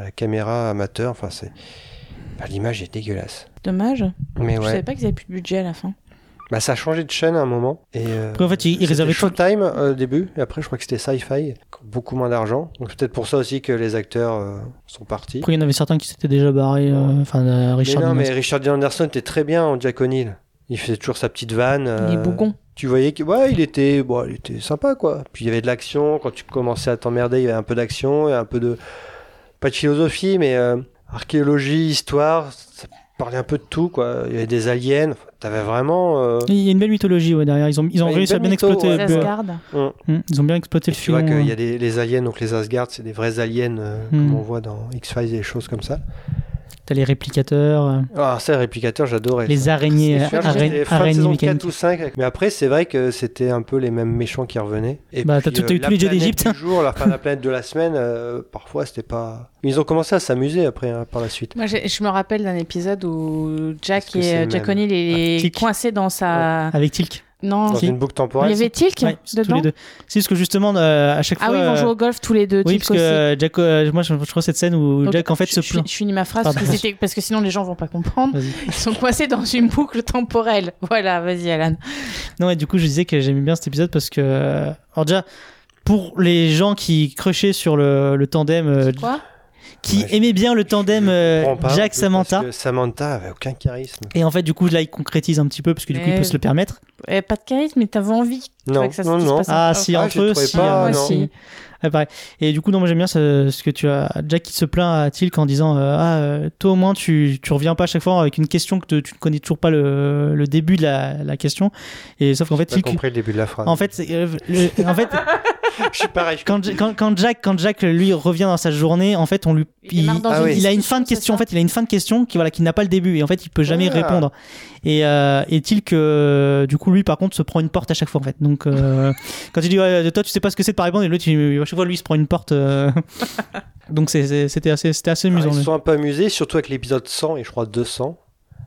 E: à la caméra amateur. Enfin, c'est. bah, L'image est dégueulasse.
D: Dommage.
E: Mais
D: Je
E: ouais.
D: savais pas qu'ils avaient plus de budget à la fin.
E: Bah, ça a changé de chaîne à un moment. Et, euh,
C: Après, en fait, ils- ils
E: c'était
C: réservaient tout-
E: Showtime euh, au début, et après, je crois que c'était Sci-Fi, qui ont beaucoup moins d'argent. Donc, c'est peut-être pour ça aussi que les acteurs euh, sont partis.
C: Après, il y en avait certains qui s'étaient déjà barrés. euh, Enfin, euh,
E: Mais
C: Richard.
E: non,
C: Dimas.
E: mais Richard Dean Anderson était très bien en Jack O'Neill. Il faisait toujours sa petite vanne. euh,
D: Les bougons.
E: Tu voyais que ouais, il était bon, il était sympa quoi. Puis il y avait de l'action quand tu commençais à t'emmerder, il y avait un peu d'action, il y avait un peu de pas de philosophie mais euh, archéologie, histoire, ça parlait un peu de tout quoi. Il y avait des aliens, Enfin, t'avais vraiment euh,
C: Il y a une belle mythologie ouais, derrière. Ils ont, ils ont
E: Ouais, une
C: réussi à
E: belle
C: bien
E: mytho,
C: exploiter.
E: ouais.
G: bah.
C: le-
D: Asgard.
C: Mm, Ils ont bien exploité le
E: tu
C: film.
E: vois qu'il y a des, les aliens donc les Asgard, c'est des vrais aliens euh,
C: Hmm.
E: comme on voit dans X-Files et des choses comme ça.
C: T'as les réplicateurs, euh,
E: Ah, ça, réplicateur, j'adorais.
C: les
E: C'est
C: araignées,
E: sûr,
C: ara-
E: j'étais fin de
C: araignées
E: saison
C: mécaniques.
E: 4 ou 5. Mais après, c'est vrai que c'était un peu les mêmes méchants qui revenaient. Et
C: Bah,
E: puis,
C: t'as tout-
E: euh,
C: t'as eu
E: la
C: tous les dieux
E: planète
C: d'Égypte. hein.
E: du jour, la fin de la planète de la semaine, euh, parfois, c'était pas. Ils ont commencé à s'amuser après, hein, par la suite.
G: Moi, j'ai- je me rappelle d'un épisode où
E: Est-ce
G: Jack
E: que c'est
G: et euh,
E: le
G: Jack
E: même
G: O'Neill il est
C: Tic.
G: coincé dans sa.
C: Avec Tilk.
G: Non,
E: Dans
C: Si.
E: une boucle
D: Il y
E: temporelle.
D: avait Tilk
C: Ouais, tous
D: dedans
C: les deux. Si, parce que justement, euh, à chaque
D: Ah
C: fois.
D: oui, ils vont
C: euh,
D: jouer au golf tous les deux.
C: oui,
D: Tilk
C: parce que
D: aussi.
C: euh, Jack, euh, moi, je, je crois cette scène où
D: Ok,
C: Jack, en fait,
D: je,
C: se
D: je-
C: plaint.
D: je finis ma phrase parce
C: Pardon.
D: que, c'était- parce que sinon les gens vont pas comprendre.
C: Vas-y.
D: Ils sont coincés dans une boucle temporelle. Voilà, vas-y Alan.
C: Non, et du coup, je disais que j'aimais bien cet épisode parce que. euh, Alors, déjà, pour les gens qui crushaient sur le, le tandem. euh,
D: Quoi
C: qui
E: Ouais, je-
C: aimait bien le tandem euh,
E: comprends pas, parce que
C: Jack-Samantha.
E: Samantha avait aucun charisme.
C: Et en fait, du coup, là, il concrétise un petit peu, parce que du coup, il
D: Ouais.
C: peut se le permettre.
D: Eh, pas de charisme, mais t'avais envie.
E: Non,
D: Ouais, que ça se
E: non,
D: passe
E: non.
D: pas ça.
C: Ah,
D: Ah,
C: si,
E: ah,
C: entre
E: je le
C: eux,
E: trouvais
C: si,
E: pas,
C: euh,
E: non.
C: si. Ouais, pareil. Et du coup, non, moi j'aime bien ce, ce que tu as. Jack qui se plaint à Tilk en disant euh, Ah, euh, toi au moins, tu, tu reviens pas à chaque fois avec une question que te- tu ne connais toujours pas le, le début de la, la question. Et sauf qu'en fait,
E: J'ai
C: Tilk.
E: pas compris le début de la phrase.
C: En fait, c'est, euh, le- en fait
E: je suis pareil. je-
C: quand, J- quand, quand Jack, quand Jack lui revient dans sa journée, en fait, on lui,
D: Il démarre dans
E: Ah
D: une
E: oui.
C: il a une fin de question. En fait, il a une fin de question qui voilà, qui n'a pas le début et en fait, il peut jamais
E: Ah.
C: répondre. Et euh, est-il que du coup, lui, par contre, se prend une porte à chaque fois en fait. Donc, euh, quand il dit ouais, toi, tu sais pas ce que c'est de pas répondre, et l'autre, il- à chaque fois, lui, il se prend une porte. euh. Donc, c'est- c'est- c'était assez, c'était assez
E: Alors,
C: amusant.
E: Ah, ils
C: mais-
E: se sont un peu amusés, surtout avec l'épisode 100 et je crois 200.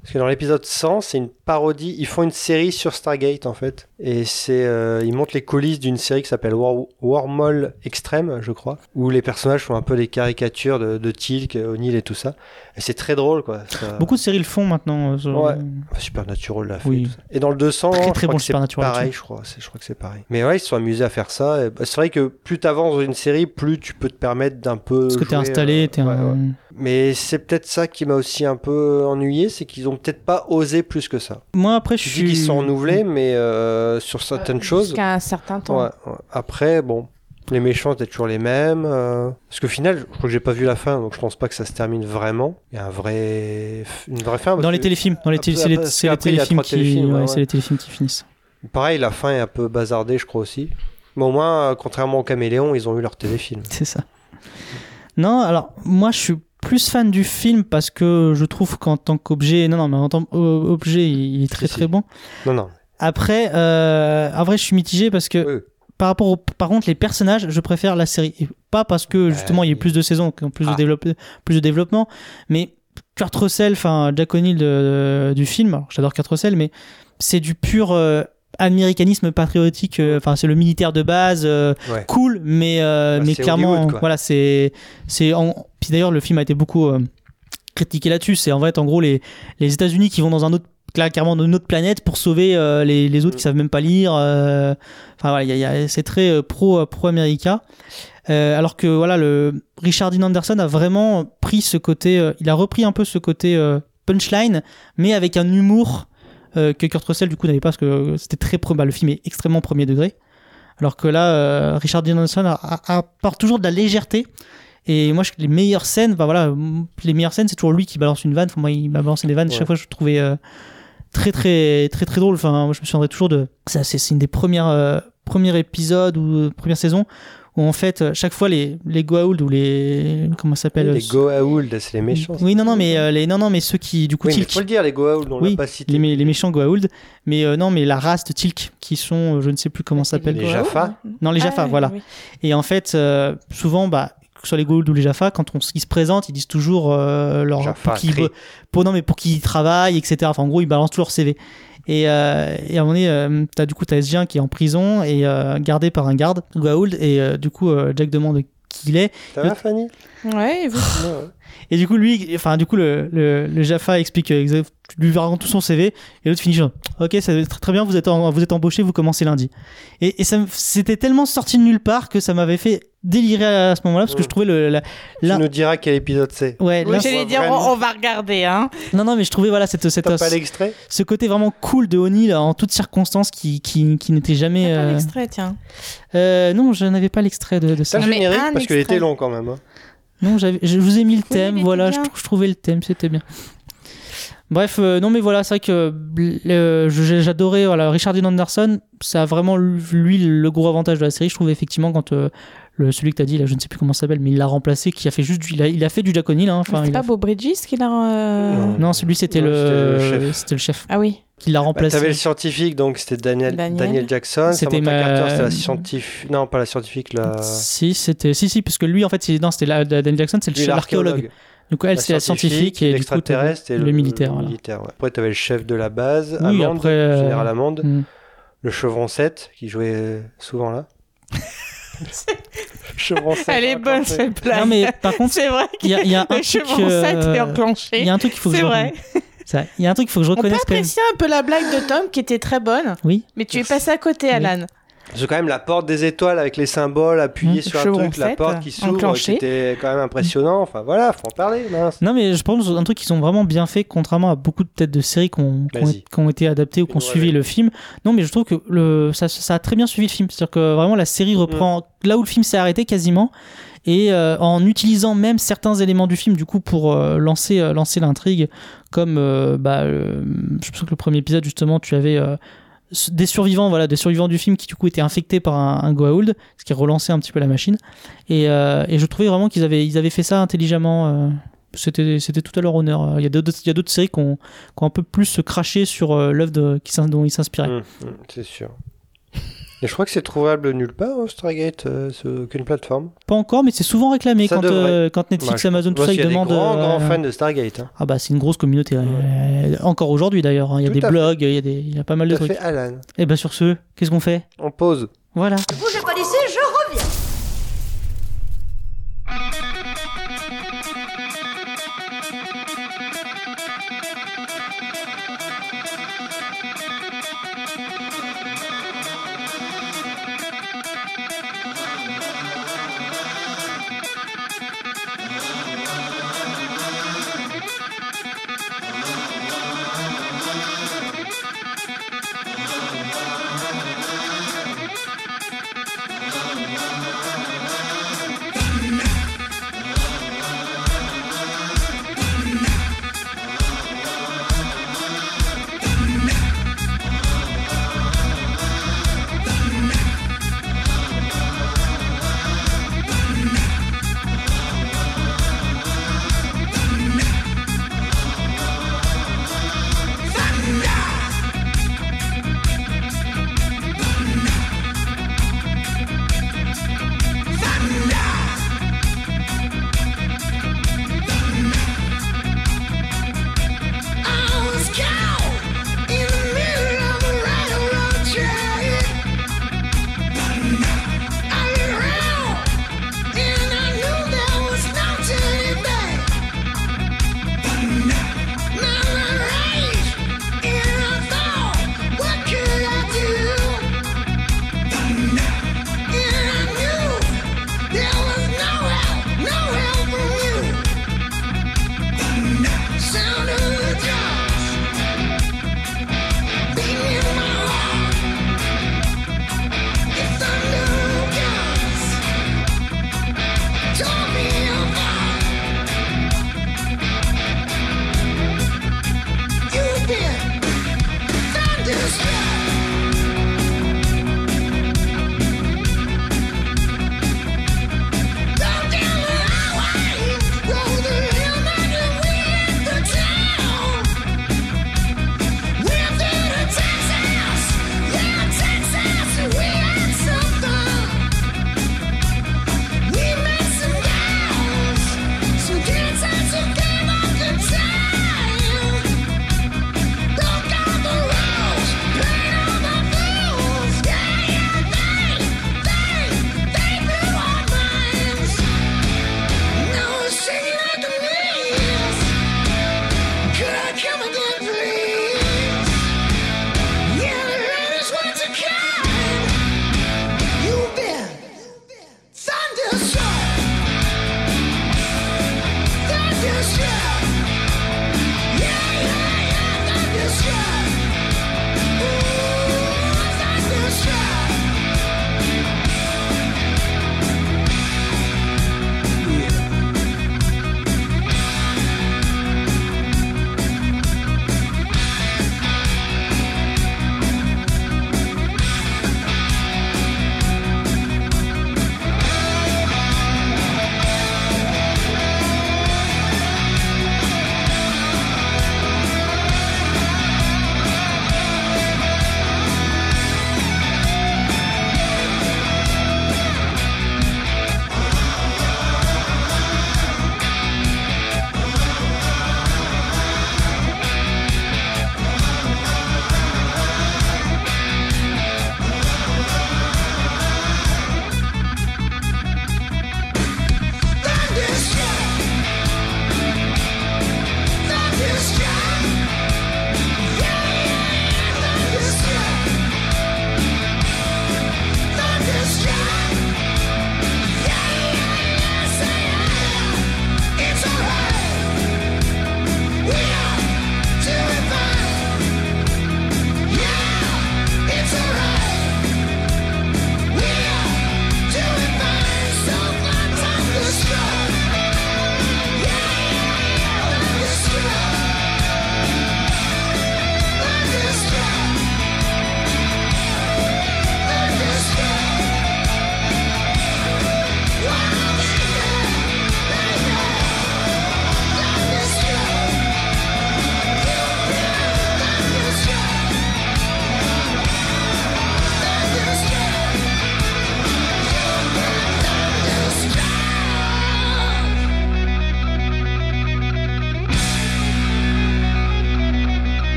E: Parce que dans l'épisode 100, c'est une parodie. Ils font une série sur Stargate en fait. Et c'est, euh, ils montrent les coulisses d'une série qui s'appelle War Wormhole Extreme, je crois. Où les personnages font un peu des caricatures de, de Tilk, O'Neill et tout ça. Et c'est très drôle quoi. Ça-
C: Beaucoup de séries le font maintenant. euh, sur-
E: Ouais. Supernatural l'a fait.
C: Oui.
E: tout ça. Et dans le 200,
C: Très,
E: je
C: très
E: crois
C: bon
E: que c'est
C: Supernatural,
E: pareil,
C: là-dessus.
E: je crois. C'est- Je crois que c'est pareil. Mais ouais, ils se sont amusés à faire ça. Et bah, c'est vrai que plus t'avances dans une série, plus tu peux te permettre d'un peu.
C: Parce que t'es
E: jouer,
C: installé,
E: euh,
C: t'es
E: ouais,
C: un-
E: ouais. Mais c'est peut-être ça qui m'a aussi un peu ennuyé, c'est qu'ils ont peut-être pas osé plus que ça.
C: Moi après, je
E: Je
C: suis.
E: dis qu'ils se sont renouvelés, mais euh, sur certaines choses.
D: Jusqu'à un certain temps.
E: Ouais, ouais. Après, bon. Les méchants étaient toujours les mêmes. euh, Parce qu'au final, je crois que j'ai pas vu la fin, donc je pense pas que ça se termine vraiment. Il y a un vrai... une vraie fin. parce
C: Dans les
E: que-
C: téléfilms, dans les
E: Après-
C: télé- c'est les,
E: parce
C: c'est les
E: qu'après, il y a
C: téléfilms
E: trois
C: qui,
E: téléfilms, ouais,
C: ouais,
E: ouais.
C: c'est les téléfilms qui finissent.
E: Pareil, la fin est un peu bazardée, je crois aussi. Mais au moins, euh, contrairement au Caméléon, ils ont eu leur téléfilm.
C: C'est ça. Non, alors moi je suis plus fan du film parce que je trouve qu'en tant qu'objet, non, non, mais en tant qu'objet, il est très
E: Si, si.
C: très bon.
E: Non, non.
C: Après, euh, en vrai, je suis mitigé parce que
E: Oui.
C: par rapport, au- par contre, les personnages, je préfère la série, Et pas parce que justement il y a eu
E: oui.
C: plus de saisons, qu'en plus de
E: Ah.
C: développe, plus de développement, mais Kurt Russell, enfin Jack O'Neill de- du film, alors j'adore Kurt Russell, mais c'est du pur euh, américanisme patriotique, euh, enfin c'est le militaire de base. euh,
E: Ouais.
C: cool, mais, euh,
E: Bah,
C: mais
E: c'est
C: clairement,
E: Hollywood, quoi.
C: voilà, c'est. c'est en... Puis d'ailleurs, le film a été beaucoup euh, critiqué là-dessus. C'est en fait, en gros, les, les États-Unis qui vont dans un autre. cla- Clairement, dans une autre planète pour sauver euh, les, les
E: Mm.
C: autres qui savent même pas lire. euh, Enfin, voilà, il y a- il y a- c'est très euh, pro, euh, pro-américain. Euh, alors que, voilà, le Richard Dean Anderson a vraiment pris ce côté. euh, il a repris un peu ce côté euh, punchline, mais avec un humour euh, que Kurt Russell, du coup, n'avait pas parce que euh, c'était très. pro- Bah, le film est extrêmement premier degré. Alors que là, euh, Richard Dean Anderson a- a- apporte toujours de la légèreté. Et moi, je- les meilleures scènes, bah voilà, m- les meilleures scènes, c'est toujours lui qui balance une vanne. Enfin, moi, il m'a balancé des vannes.
E: Ouais.
C: Chaque fois, je le trouvais euh, très, très, très, très drôle. Enfin, moi, je me souviendrai toujours de. ça, C'est c'est une des premières, euh, premiers épisodes ou euh, premières saisons où, en fait, euh, chaque fois, les, les Goa'uld ou les. Comment ça s'appelle
E: Les
C: euh,
E: Goa'uld, c'est les méchants. ça.
C: Oui, non, non, mais, euh, les, non, non, mais ceux qui, du coup,
E: Oui, mais
C: Tilk-
E: faut le dire, les Goa'uld, on
C: Oui,
E: l'a pas cité.
C: les, mé- les méchants Goa'uld. Mais euh, non, mais la race de Tilk, qui sont, euh, je ne sais plus comment ça s'appelle.
E: Les Jaffa.
C: Non, les Jaffa,
D: Ah,
C: voilà.
D: oui.
C: Et en fait, euh, souvent, bah, que ce soit les Goa'uld ou les Jaffa, quand on, ils se présentent, ils disent toujours euh, leur
E: Jaffa,
C: pour qui ils
E: Cree.
C: bo- pour, non, mais pour qui ils travaillent, etc. Enfin, en gros, ils balancent tout leur CV. Et, euh, et à un moment donné, euh, t'as du coup t'as Sgien qui est en prison et euh, gardé par un garde Goa'uld et euh, du coup euh, Jack demande qui il est
E: Ça va, Fanny
D: Ouais, et vous-
C: Ah,
E: Ouais, ouais.
C: et du coup lui enfin du coup le, le, le Jaffa explique euh, exa- lui raconte tout son CV et l'autre finit genre ok ça va être très bien vous êtes en- vous êtes embauché vous commencez lundi et, et ça me- c'était tellement sorti de nulle part que ça m'avait fait délirer à ce moment-là parce que
E: Mm.
C: je trouvais le la,
E: Tu
C: la-
E: nous diras quel épisode c'est.
C: ouais
D: Oui,
C: la-
D: j'allais
E: voit
D: dire, on,
E: vraiment-
D: on va regarder, hein.
C: non non mais je trouvais voilà cette, cette
E: T'as pas l'extrait
C: ce côté vraiment cool de O'Neill en toutes circonstances qui qui, qui n'était
D: T'as
C: jamais
D: pas
C: euh,
D: l'extrait, tiens.
C: euh, non je n'avais pas l'extrait de, de ça
E: T'as le
D: Non, mais
E: générique
D: un
E: parce qu'il était
D: extrait.
E: long quand même. hein.
C: Non, j'avais- je vous ai mis le
D: Oui, il
C: thème,
D: était
C: voilà, je,
D: bien.
C: trou- je trouvais le thème, c'était bien. Bref, euh, non mais voilà, c'est vrai que bl- le- je- j'ai- j'adorais voilà, Richard Dean Anderson, ça a vraiment lui le gros avantage de la série, je trouve effectivement quand euh, le, celui que t'as dit, là, je ne sais plus comment ça s'appelle, mais il l'a remplacé, qui a fait juste, du- il a, il a fait du Jack O'Neill, hein, enfin,
D: C'était
C: il a-
D: pas Beau Bridges qui l'a. euh,
E: Non.
C: non celui c'était
E: Non, c'était le
C: le,
E: chef.
C: c'était le chef,
D: Ah oui.
C: qui l'a
E: Bah,
C: remplacé.
E: T'avais le scientifique, donc c'était Daniel,
D: Daniel.
E: Daniel Jackson.
C: C'était
E: Samantha
C: ma-
E: Carter, c'était la scientifique. Non, pas la scientifique, la.
C: si c'était, si si, parce que lui en fait, il- non c'était la- la- Daniel Jackson, c'est le
E: Lui,
C: chef- l'archéologue. Du coup elle c'est la scientifique et du coup t'as-
E: l'extraterrestre et
C: le
E: le,
C: militaire,
E: le
C: voilà.
E: militaire, ouais. Après, t'avais le chef de la base,
C: Oui,
E: Amande,
C: après, euh,
E: général Amande,
C: Hmm.
E: le chevron 7 qui jouait euh, souvent là. chevron 7.
D: Elle est
E: raconté.
D: bonne, cette blague.
C: non mais par contre
D: C'est vrai
C: il y, a- il y a un
D: que le
C: truc,
D: chevron 7
C: euh,
D: est
C: Il y
D: enclenché.
C: a un truc qu'il faut que
D: C'est
C: je
D: vrai.
C: C'est vrai. Il y a un truc qu'il faut que je
D: On peut
C: reconnaisse quand même.
D: apprécier un peu la blague de Tom qui était très bonne,
C: Oui.
D: mais tu es passé à côté,
C: Oui.
D: Alan.
E: C'est quand même la porte des étoiles avec les symboles appuyés
D: Mm.
E: sur un
D: Chevron
E: truc, la
D: sept, Mmh.
E: porte qui s'ouvre,
D: enclenché.
E: c'était quand même impressionnant. Enfin voilà, faut en parler, mince.
C: Non, mais je pense un truc qu'ils ont vraiment bien fait, contrairement à beaucoup de têtes de séries qui ont, qui ont-
E: Vas-y.
C: qui ont été adaptées ou qui ont
E: Fais-nous
C: suivi
E: rêver.
C: le film. Non, mais je trouve que le, ça, ça a très bien suivi le film. C'est-à-dire que vraiment la série reprend là où le film s'est arrêté quasiment. Et euh, en utilisant même certains éléments du film, du coup, pour euh, lancer, euh, lancer l'intrigue, comme euh, bah, euh, je pense que le premier épisode, justement, tu avais euh, s- des survivants, voilà, des survivants du film qui, du coup, étaient infectés par un, un Goa'uld, ce qui relançait un petit peu la machine. Et, euh, et je trouvais vraiment qu'ils avaient, ils avaient fait ça intelligemment. euh, c'était c'était tout à leur honneur. Il y a d'autres il y a d'autres séries qui ont, qui ont un peu plus se craché sur euh, l'œuvre de- qui s'in- dont ils s'inspiraient.
E: Mm, mm, c'est sûr. Et je crois que c'est trouvable nulle part, euh, Stargate, euh, sur aucune plateforme.
C: Pas encore, mais c'est souvent réclamé
E: Ça
C: quand,
E: devrait.
C: euh, quand
E: Bah,
C: Netflix,
E: je-
C: Amazon, tout
E: Moi,
C: ça,
E: il
C: ils
E: y a des
C: demandent.
E: grands,
C: euh,
E: grands fans de Stargate. hein.
C: Ah bah c'est une grosse communauté. euh, encore aujourd'hui d'ailleurs. hein. Il y a
E: Tout
C: des
E: à fait.
C: blogs, il y a, des, il y a pas mal de
E: Tout à
C: trucs.
E: fait, Alan.
C: Et bah sur ce, qu'est-ce qu'on fait
E: On pause.
C: Voilà.
H: Vous, je connaissais, je reviens.
E: Allez,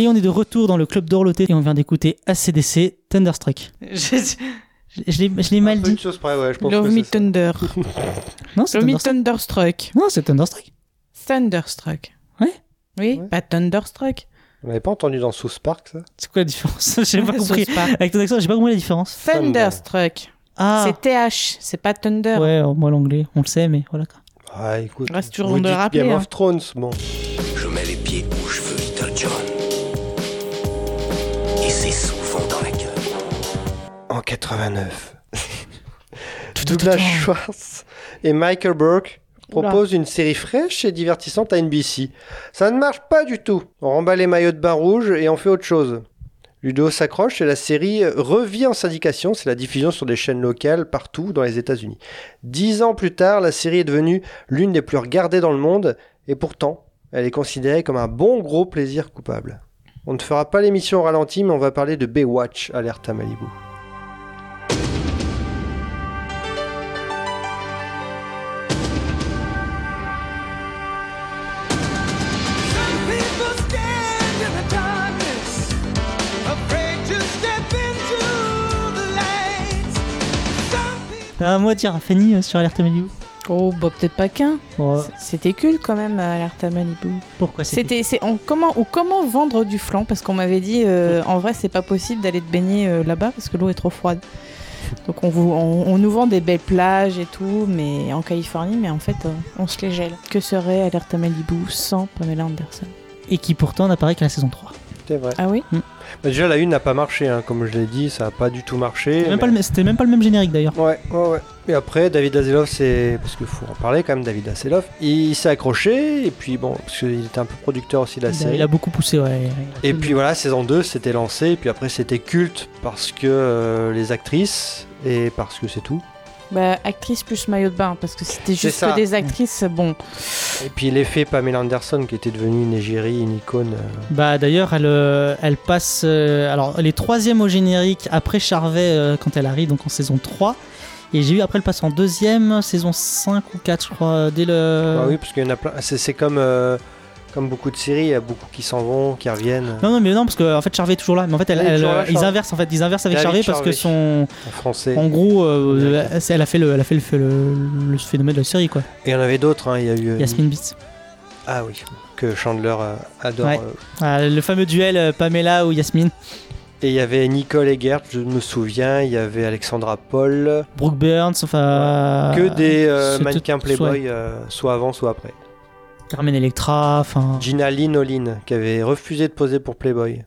C: Et on est de retour dans le club d'Orloté et on vient d'écouter ACDC Thunderstruck. Je, je l'ai- je l'ai mal
E: Une
C: dit.
E: chose près, ouais, je pense
D: Love
E: que
D: Me
E: c'est ça.
D: Thunder.
C: Non, c'est
D: Love
C: Thunderstruck.
D: Me Thunderstruck.
C: Non, c'est Thunderstruck.
D: Thunderstruck.
C: Ouais.
D: Oui,
E: Ouais.
D: pas Thunderstruck.
E: On n'avait pas entendu dans South Park, ça
C: C'est quoi la différence J'ai pas compris.
D: Sauce pas.
C: Avec ton accent, j'ai pas compris la différence.
D: Thunderstruck.
C: Ah,
D: C'est TH, c'est pas Thunder.
C: ouais, euh, moi l'anglais, on le sait, mais voilà. quoi.
E: Ah, écoute.
D: Reste toujours
E: vous
D: bon de
E: dites
D: rappeler,
E: Game
D: hein.
E: of Thrones, bon.
B: Je mets les pieds où je veux, Little John. Et c'est souvent dans la gueule.
E: En 89. Douglas Schwartz et Michael Burke proposent une série fraîche et divertissante à NBC. Ça ne marche pas du tout. On remballe les maillots de bain rouge et on fait autre chose. Ludo s'accroche et la série euh, revit en syndication. C'est la diffusion sur des chaînes locales partout dans les États-Unis. Dix ans plus tard, la série est devenue l'une des plus regardées dans le monde et pourtant, elle est considérée comme un bon gros plaisir coupable. On ne fera pas l'émission au ralenti, mais on va parler de Baywatch, alerte à Malibu.
I: People stand in the darkness, afraid to step into the light. Some people
C: Ah, moi, dire à Fanny euh, sur Alerte Malibu.
D: Oh, bah peut-être pas qu'un.
C: Bon, euh,
D: C'était cool quand même, euh, Alerta Malibu.
C: pourquoi c'était
D: C'était, c'est, on, comment, ou comment vendre du flan Parce qu'on m'avait dit, euh, en vrai, c'est pas possible d'aller te baigner euh, là-bas parce que l'eau est trop froide. Donc on, vous, on, on nous vend des belles plages et tout, mais en Californie, mais en fait, euh, on se les gèle. Que serait Alerta Malibu sans Pamela Anderson
C: Et qui pourtant n'apparaît qu'à la saison 3.
E: C'est vrai.
D: Ah oui
E: Bah, déjà, la une n'a pas marché, hein. comme je l'ai dit, ça n'a pas du tout marché.
C: C'était même,
E: mais-
C: pas le- c'était même pas le même générique d'ailleurs.
E: Ouais, ouais, ouais. Et après, David Hasselhoff, c'est. Parce qu'il faut en parler quand même, David Hasselhoff. Il s'est accroché, et puis bon, parce qu'il était un peu producteur aussi de la
C: Il a-
E: série.
C: Bah, il a beaucoup poussé, ouais.
E: Et puis voilà, saison 2, c'était lancé, et puis après, c'était culte parce que euh, les actrices, et parce que c'est tout.
D: Bah, actrice plus maillot de bain, parce que c'était
E: C'est
D: juste
E: ça.
D: que des actrices, bon.
E: Et puis l'effet Pamela Anderson, qui était devenue une égérie, une icône. euh,
C: Bah d'ailleurs, elle, euh, elle passe. euh, alors, elle est troisième au générique après Charvet euh, quand elle arrive, donc en saison 3. Et j'ai vu après, elle passe en deuxième, saison 5 ou 4, je crois, euh, dès le.
E: bah oui, parce qu'il y en a plein. C'est c'est comme. euh, Comme beaucoup de séries, il y a beaucoup qui s'en vont, qui reviennent
C: Non, non, mais non, parce que en fait, Charvet est toujours là. Mais en fait, elle,
E: Elle est
C: elle,
E: toujours là,
C: euh, ils
E: Charvet.
C: inversent en fait, ils inversent avec
E: Elle est
C: Charvet
E: avec
C: parce que son.
E: en français.
C: En gros, euh, elle- elle a fait le, elle a fait le, fait le, le phénomène de la série, quoi.
E: Et il y en avait d'autres, hein, il y a eu. euh,
C: Yasmine Bitz.
E: Ah oui, que Chandler euh, adore.
C: Ouais.
E: euh,
C: Ah, le fameux duel euh, Pamela ou Yasmine.
E: Et il y avait Nicole Eggert, je me souviens, il y avait Alexandra Paul,
C: Brooke Burns, enfin.
E: que des euh,
C: c'était-
E: mannequins
C: Ah, soit
E: Playboy, euh, soit avant, soit après.
C: Carmen Electra, enfin.
E: Gina Lynn Olin, qui avait refusé de poser pour Playboy.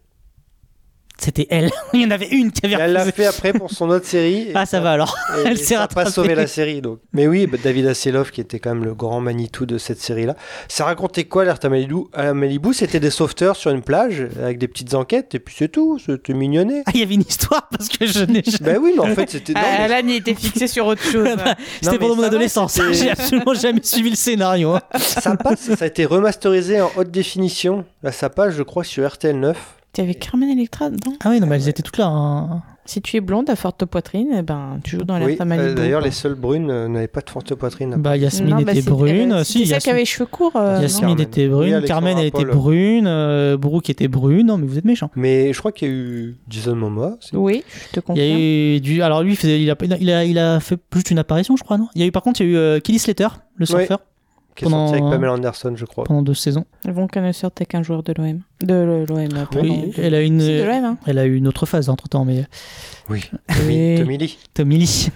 C: C'était elle. Il y en avait une qui
E: Et
C: avait
E: elle l'a
C: refusé.
E: fait après pour son autre série. et
C: Ah, ça va alors.
E: et-
C: elle
E: et
C: s'est
E: ça a pas
C: rattrapée.
E: sauvé la série, donc. Mais oui, bah, David Hasselhoff, qui était quand même le grand Manitou de cette série-là. Ça racontait quoi, l'Alerte à Malibu À Malibu, c'était des sauveteurs sur une plage, avec des petites enquêtes, et puis c'est tout, c'était mignonné.
C: Ah, il y avait une histoire parce que je n'ai jamais.
E: ben oui, mais en fait, c'était... non, mais-
D: Ah, Alan, il était fixé sur autre chose.
C: C'était
E: mais
C: pendant mon
E: ça va,
C: adolescence.
E: c'était-
C: J'ai absolument jamais suivi le scénario. hein.
E: ça passe, ça a été remasterisé en haute définition. Là, ça passe, je crois, sur RTL9.
D: T'avais Carmen Electra dedans
C: Ah oui, non, mais elles étaient toutes là. hein.
D: Si tu es blonde à forte poitrine, eh ben, tu joues dans
E: Oui,
D: Alerta
E: euh,
D: Malibu.
E: d'ailleurs,
D: quoi.
E: les seules brunes euh, n'avaient pas de forte poitrine.
C: Bah, Yasmine
D: Non, bah,
C: était
D: c'est-
C: brune.
D: euh,
C: si,
D: c'était celle qui
C: Yasmine,
D: avait les cheveux courts. euh,
C: Yasmine
E: Carmen.
C: était
E: Oui,
C: brune.
E: Alexandra
C: Carmen, elle était
E: Paul.
C: brune. euh, Brooke était brune. Non, mais vous êtes méchants.
E: Mais je crois qu'il y a eu Jason Momoa. c'est-
D: non Oui, je te
C: Il y
D: confirme.
C: a eu du. Alors lui, il, faisait- il a, il, a, il a fait plus une apparition, je crois, non Il y a eu par contre, il y a eu euh, Kelly Slater, le surfeur,
E: Qui est sorti
C: Pendant-
E: avec Pamela Anderson, je crois.
C: pendant deux saisons.
D: Von Canosseur t'es qu'un joueur de l'OM. De l'OM, pardon.
C: Oui, elle a une.
D: Si, de l'OM, hein.
C: Elle a eu une autre phase entre temps, mais
E: Oui, Tommy, Tommy Lee.
C: Tommy Lee.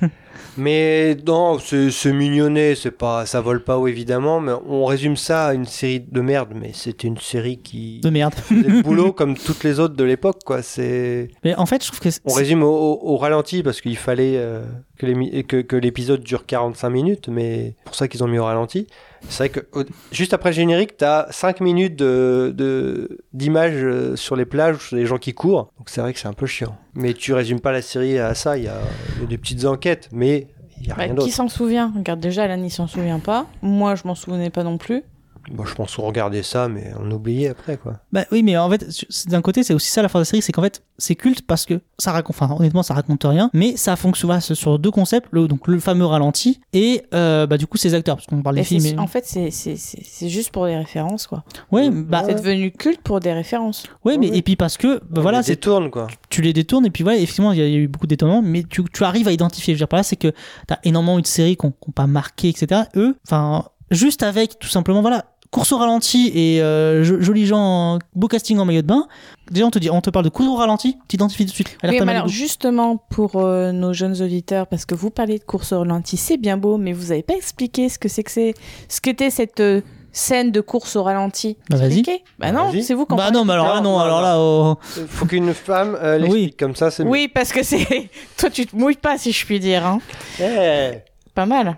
E: Mais non, c'est c'est mignonné, c'est pas, ça vole pas haut évidemment, mais on résume ça à une série de merde, mais c'était une série qui
C: de merde.
E: faisait le boulot comme toutes les autres de l'époque, quoi. C'est,
C: Mais en fait, je trouve que. c'est-
E: on résume au, au- au ralenti parce qu'il fallait euh, que les mi- que- que l'épisode dure 45 minutes, mais c'est pour ça qu'ils ont mis au ralenti. C'est vrai que au- juste après le générique, t'as 5 minutes de- de d'images euh, sur les plages, sur les gens qui courent. Donc c'est vrai que c'est un peu chiant. Mais tu résumes pas la série à ça. Il y a, il y a des petites enquêtes, mais il y a
D: Bah,
E: rien
D: qui
E: d'autre.
D: s'en souvient Regarde, déjà, Alan, il s'en souvient pas. Moi, je m'en souvenais pas non plus.
E: Moi, je pense qu'on regardait ça, mais on oubliait après, quoi.
C: Bah oui, mais en fait, c'est- d'un côté, c'est aussi ça la force de la série, c'est qu'en fait, c'est culte parce que ça raconte, enfin, honnêtement, ça raconte rien, mais ça fonctionne voilà, c'est sur deux concepts, le, donc le fameux ralenti et euh, bah, du coup, ses acteurs, parce qu'on parle
D: Et
C: des
D: c'est-
C: films. mais-
D: En fait, c'est- c'est c'est- c'est juste pour des références, quoi.
C: Ouais, bah,
D: C'est devenu culte pour des références.
C: ouais, mais et puis parce que, bah, voilà, c'est
E: c'est tourne, quoi.
C: tu les détournes et puis voilà effectivement il y, a- il y a eu beaucoup d'étonnements mais tu, tu arrives à identifier je veux dire par là c'est que t'as énormément eu de séries qu'on qu'on pas marqué etc eux enfin juste avec tout simplement voilà course au ralenti et euh, jo- jolis gens en- beau casting en maillot de bain déjà on te dit on te parle de course au ralenti t'identifies tout de suite Elle a
D: Oui,
C: pas
D: mais
C: mal de
D: alors
C: goût.
D: justement pour euh, nos jeunes auditeurs, parce que vous parlez de course au ralenti, c'est bien beau, mais vous n'avez pas expliqué ce que c'est que c'est, ce qu'était cette euh, scène de course au ralenti.
C: Bah, vas-y.
D: Expliquez. Bah non,
E: Vas-y.
D: c'est vous qui en
C: bah
D: parlez.
C: non mais alors là non
E: Non, non,
C: alors
E: non.
C: là oh.
E: Faut qu'une femme euh, l'explique
C: Oui.
E: comme ça, c'est mieux.
D: Oui, parce que c'est toi, tu te mouilles pas si je puis dire. hein.
E: Eh.
D: Pas mal.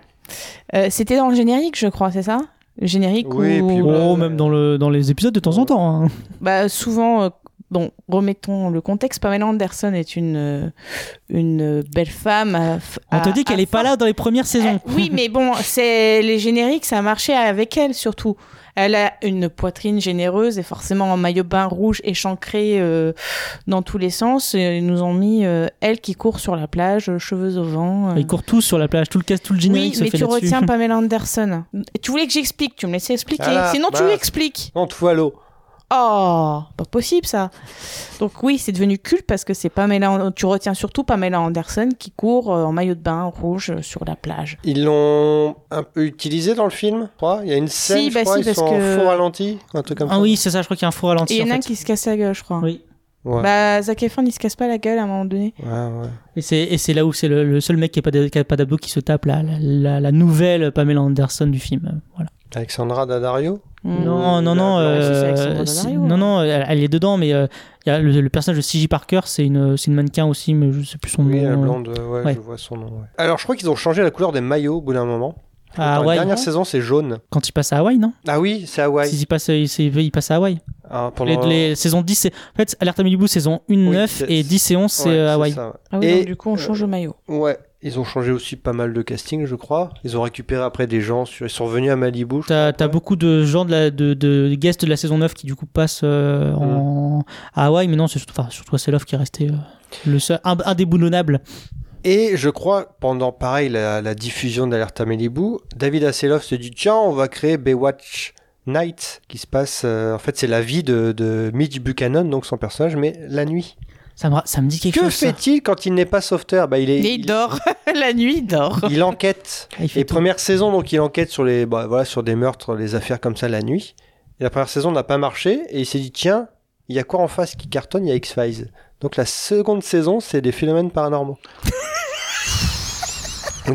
D: Euh, c'était dans le générique, je crois, c'est ça Le générique
E: Oui,
D: où-
E: puis
C: Oh,
E: bah,
C: même dans le dans les épisodes de temps en temps hein.
D: Bah, souvent, euh, bon, remettons le contexte. Pamela Anderson est une, euh, une euh, belle femme. à-
C: on te
D: à-
C: dit qu'elle
D: Ah, à
C: est pas
D: force-
C: là dans les premières saisons
D: Euh, oui, mais bon, c'est les génériques, ça marchait avec elle surtout. Elle a une poitrine généreuse et forcément en maillot de bain rouge échancré euh, dans tous les sens. Et Ils nous ont mis euh, elle qui court sur la plage, euh, cheveux au vent. euh.
C: ils courent tous sur la plage tout le cas tout le générique
D: Oui,
C: se
D: mais
C: fait
D: tu
C: là-dessus
D: retiens Pamela Anderson. Tu voulais que j'explique, tu me laissais expliquer.
E: Voilà,
D: Sinon, tu
E: bah.
D: expliques.
E: On te voit l'eau.
D: Oh, pas possible ça. Donc oui, c'est devenu culte parce que c'est Pamela. Tu retiens surtout Pamela Anderson qui court euh, en maillot de bain rouge euh, sur la plage.
E: Ils l'ont un peu utilisé dans le film, je crois. Il y a une scène,
D: Si,
E: je
D: bah
E: crois,
D: si,
E: ils
D: parce
E: sont en
D: que-
E: faux ralenti, un truc comme
C: ah
E: ça.
C: oui c'est ça je crois qu'il y a un faux ralenti
D: Et il y
C: en
D: en a un
C: fait.
D: qui se casse la gueule, je crois.
C: Oui.
E: Ouais.
D: Bah, Zac Efron, il se casse pas la gueule à un moment donné.
E: Ouais, ouais.
C: Et c'est, et c'est là où c'est le, le seul mec qui n'a pas, de- qui a pas d'abdos qui se tape la, la, la- la nouvelle Pamela Anderson du film. Voilà.
E: Alexandra Daddario
D: Mm.
C: Non, non, non.
E: la-
C: euh,
D: c'est Alexandra
C: c'est-
D: Daddario,
C: non,
D: hein.
C: non, elle, elle est dedans, mais euh, il y a le, le personnage de C.J. Parker, c'est une, c'est une mannequin aussi, mais je sais plus son
E: Oui,
C: nom.
E: la blonde, euh, ouais,
C: Ouais.
E: je vois son nom. ouais. Alors, je crois qu'ils ont changé la couleur des maillots au bout d'un moment.
C: À
E: Dans la
C: Hawaï.
E: dernière saison, c'est jaune.
C: Ah, Quand il passe à Hawaï, non
E: Ah oui, c'est Hawaï.
C: S'il passe, il, c'est- il passe à Hawaï.
E: Ah,
C: Les,
E: pendant-
C: les saisons 10, c'est- en fait, Alerte à Malibu, saison 1,
E: Oui,
C: 9
E: c'est-
C: et 10 et 11, c'est
E: Ouais,
C: euh, Hawaï.
E: ça, ouais.
D: Ah oui,
E: Et-
D: donc, du coup, on change le maillot.
E: Ouais, ils ont changé aussi pas mal de casting, je crois. Ils ont récupéré après des gens, sur... ils sont revenus à Malibu. je
C: T'as
E: crois,
C: t'as
E: après.
C: beaucoup de gens de, la, de, de guests de la saison 9 qui du coup passent euh, en, à Hawaï, mais non, c'est surtout, enfin, surtout Asseloff qui est resté euh, le seul, un, indéboulonnable.
E: Et je crois, pendant pareil la, la diffusion d'Alerta Malibu, David Asseloff se dit tiens, on va créer Baywatch Night, qui se passe. euh, en fait, c'est la vie de, de Mitch Buchanan, donc son personnage, mais la nuit.
C: Ça me, ra- ça me dit quelque
E: que
C: chose. ça.
E: fait-il quand il n'est pas sauveteur bah, il, est,
D: Et il dort. la nuit, il dort.
E: il enquête.
C: Ah, il fait
E: Et
C: tout.
E: première saison, donc il enquête sur les, bah, voilà, sur des meurtres, les affaires comme ça la nuit. Et la première saison n'a pas marché et il s'est dit tiens, il y a quoi en face qui cartonne Il y a X Files. Donc la seconde saison, c'est des phénomènes paranormaux.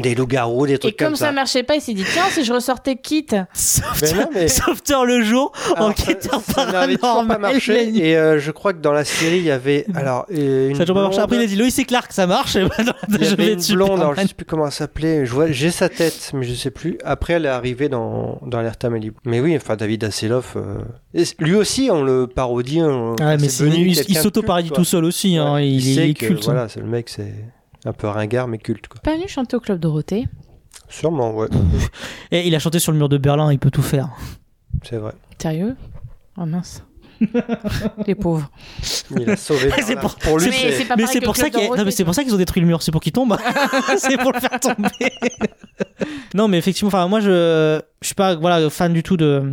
E: des loups-garous, des
D: Et
E: trucs
D: comme,
E: comme
D: ça. marchait pas, il s'est dit tiens, si je ressortais quitte.
E: Mais
C: Sauveteur,
E: non, mais-
C: sauveteur le jour,
E: Alors,
C: enquêteur
E: ça- ça n'avait toujours pas
C: paranormal. la
E: marché
C: nuit.
E: et euh, je crois que dans la série il y avait alors euh, une
C: Ça a toujours pas marché.
E: blonde-
C: Après, il a dit Loïs et Clark, ça marche. Et maintenant,
E: Il y
C: je
E: avait
C: vais
E: une
C: dessus.
E: blonde, alors je sais plus comment elle s'appelait, je vois- j'ai sa tête, mais je sais plus. Après, elle est arrivée dans, dans l'Alerta Malibu. Mais oui, enfin, David Asseloff, euh, et c- lui aussi, on le parodie. on-
C: Ah, mais
E: c'est
C: c'est-
E: devenu
C: il, il
E: quelqu'un de
C: s'auto-paradit
E: culte,
C: tout seul aussi.
E: quoi.
C: hein,
E: Ouais,
C: il, est-
E: sait
C: il est
E: que,
C: culte. hein.
E: Voilà, c'est le mec, c'est un peu ringard, mais culte, quoi.
G: Pas venu chanter au Club Dorothée.
E: Sûrement, ouais,
C: Et il a chanté sur le mur de Berlin, il peut tout faire.
E: c'est vrai.
D: Sérieux Oh mince. Les pauvres.
E: Il a sauvé.
C: Et c'est
E: Bernard.
C: pour-
E: lui,
C: c'est-
E: c'est-
C: mais c'est pour ça qu'il y a- non, mais c'est pour ça qu'ils ont détruit le mur, c'est pour qu'il tombe. c'est pour le faire tomber. non mais effectivement enfin moi je je suis pas voilà fan du tout de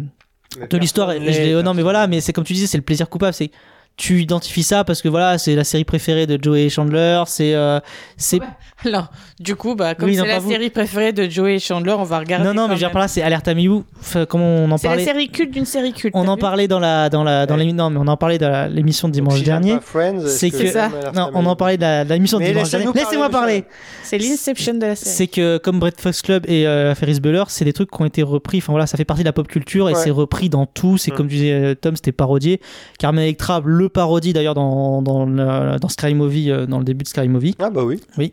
C: de l'histoire et- et je l'ai- oh, non mais voilà mais c'est comme tu disais c'est le plaisir coupable c'est tu identifies ça parce que voilà c'est la série préférée de Joey Chandler c'est euh, c'est
D: Alors, du coup, bah, comme
C: Oui, non,
D: c'est
C: pas
D: la
C: vous.
D: série préférée de Joey et Chandler, on va regarder.
C: non non mais
D: quand
C: je veux dire
D: même.
C: par là c'est Alerte à Miou Enfin, comment on en
D: C'est la
C: parlait
D: série culte d'une série culte.
C: on
D: t'as
C: en
D: vu
C: parlait dans la dans la dans
E: Ouais.
C: l'émi- non mais on en parlait dans la- l'émission de dimanche
E: Donc, si j'aime
C: dernier
E: pas Friends, est-ce
C: c'est que
E: j'aime Alerta
C: non on en
E: Malibu
C: parlait de la, de l'émission de
E: Mais
C: dimanche dernier
E: laissez-nous parler
C: laissez-moi
E: de ça.
C: parler
D: C'est l'inception de la série.
C: c'est que comme Breakfast Club et euh, Ferris Bueller, c'est des trucs qui ont été repris. Enfin voilà, ça fait partie de la pop culture et
E: Ouais.
C: c'est repris dans tout. C'est
E: Mm.
C: comme tu disais, euh, Tom, c'était parodié. Carmen Electra le parodie d'ailleurs dans dans, le- dans Scary Movie, euh, dans le début de Scary Movie.
E: Ah, bah oui.
C: Oui.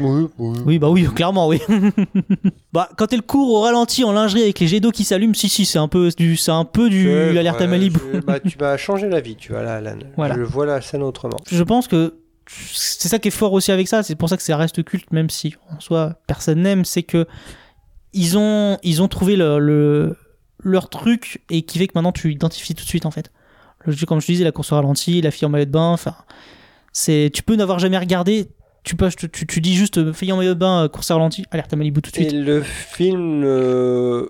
E: Oui, oui.
C: Oui, bah oui, clairement, oui. bah, quand elle court au ralenti en lingerie avec les jets d'eau qui s'allument, si, si, c'est un peu du, c'est un peu du
E: C'est
C: alerte à
E: vrai,
C: Malibu.
E: je- bah, tu m'as changé la vie, tu vois, là, Alan.
C: Voilà.
E: Je vois la scène autrement.
C: Je pense que c'est ça qui est fort aussi avec ça. C'est pour ça que ça reste culte, même si en soi personne n'aime. C'est que ils ont, ils ont trouvé le, le, leur truc et qui fait que maintenant tu identifies tout de suite en fait. Le jeu, comme je te disais, la course au ralenti, la fille en maillot de bain, enfin, c'est tu peux n'avoir jamais regardé. Tu, passes, tu, tu, tu dis juste euh, fille en maillot de bain, euh, course au ralenti, alerte à Malibu tout de
E: Et
C: suite.
E: le film, euh,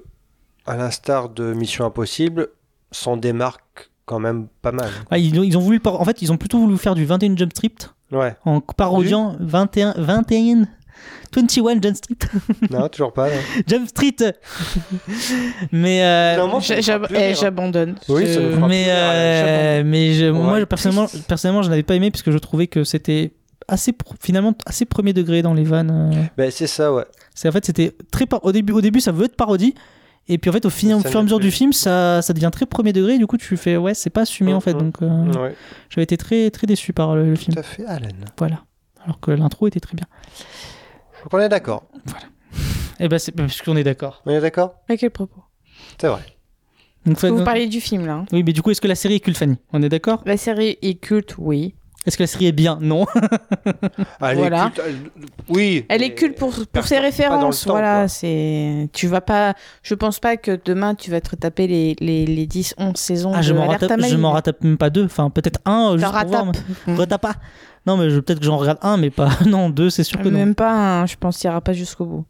E: à l'instar de Mission Impossible, s'en démarque quand même pas mal.
C: Ouais, ils, ont, ils ont voulu, par- en fait, ils ont plutôt voulu faire du 21 Jump Street
E: Ouais.
C: en parodiant 21, 21, 21 Jump Street.
E: non, toujours pas. non.
C: Jump Street Mais, euh,
E: Finalement, ça
D: J'ai-
E: me fera
D: j'ab-
E: plus
D: eh,
E: rire.
D: J'abandonne.
E: Oui,
D: Je-
E: ça me fera-
C: mais,
E: plus rire, hein.
C: euh, mais je-
E: Ouais,
C: moi, je-
E: triste.
C: personnellement, personnellement, je n'avais pas aimé parce que je trouvais que c'était assez pro- finalement assez premier degré dans les vannes. euh.
E: Ben, c'est ça, ouais.
C: C'est en fait c'était très par- au début au début ça veut être parodie et puis en fait au, fin-
E: Ça
C: au
E: ne
C: fur et à mesure
E: l'est
C: du film ça, ça devient très premier degré et du coup tu fais ouais c'est pas assumé
E: Mm,
C: en fait
E: mm,
C: donc euh,
E: Ouais,
C: j'avais été très très déçu par le, le film
E: Tout à fait, Alan.
C: voilà alors que l'intro était très bien
E: Donc on est d'accord.
C: et ben c'est parce qu'on est d'accord
E: On est d'accord
D: À quel propos
E: C'est vrai.
C: donc faut-
D: Vous parlez du film là. hein.
C: oui mais du coup est-ce que la série est culte Fanny on est d'accord
D: La série est culte, oui.
C: est-ce que la série est bien non
E: Ah, elle est
D: Voilà.
E: culte, elle- Oui.
D: Elle est
E: mais-
D: culte pour, pour
E: personne-
D: ses
E: pas dans le
D: références.
E: temps, quoi.
D: voilà, c'est. Tu vas pas. Je pense pas que demain tu vas te retaper les, les, les 10, 11 saisons.
C: ah, je
D: de
C: m'en
D: Alerte
C: ratape
D: à
C: je
D: Malibu.
C: m'en ratape même pas deux enfin peut-être un euh,
D: T'en
C: juste pour voir,
D: ratapes.
C: mais- Retape pas non mais je- peut-être que j'en regarde un mais pas non deux c'est sûr que non
D: Même pas, un, je pense, il ira pas jusqu'au bout.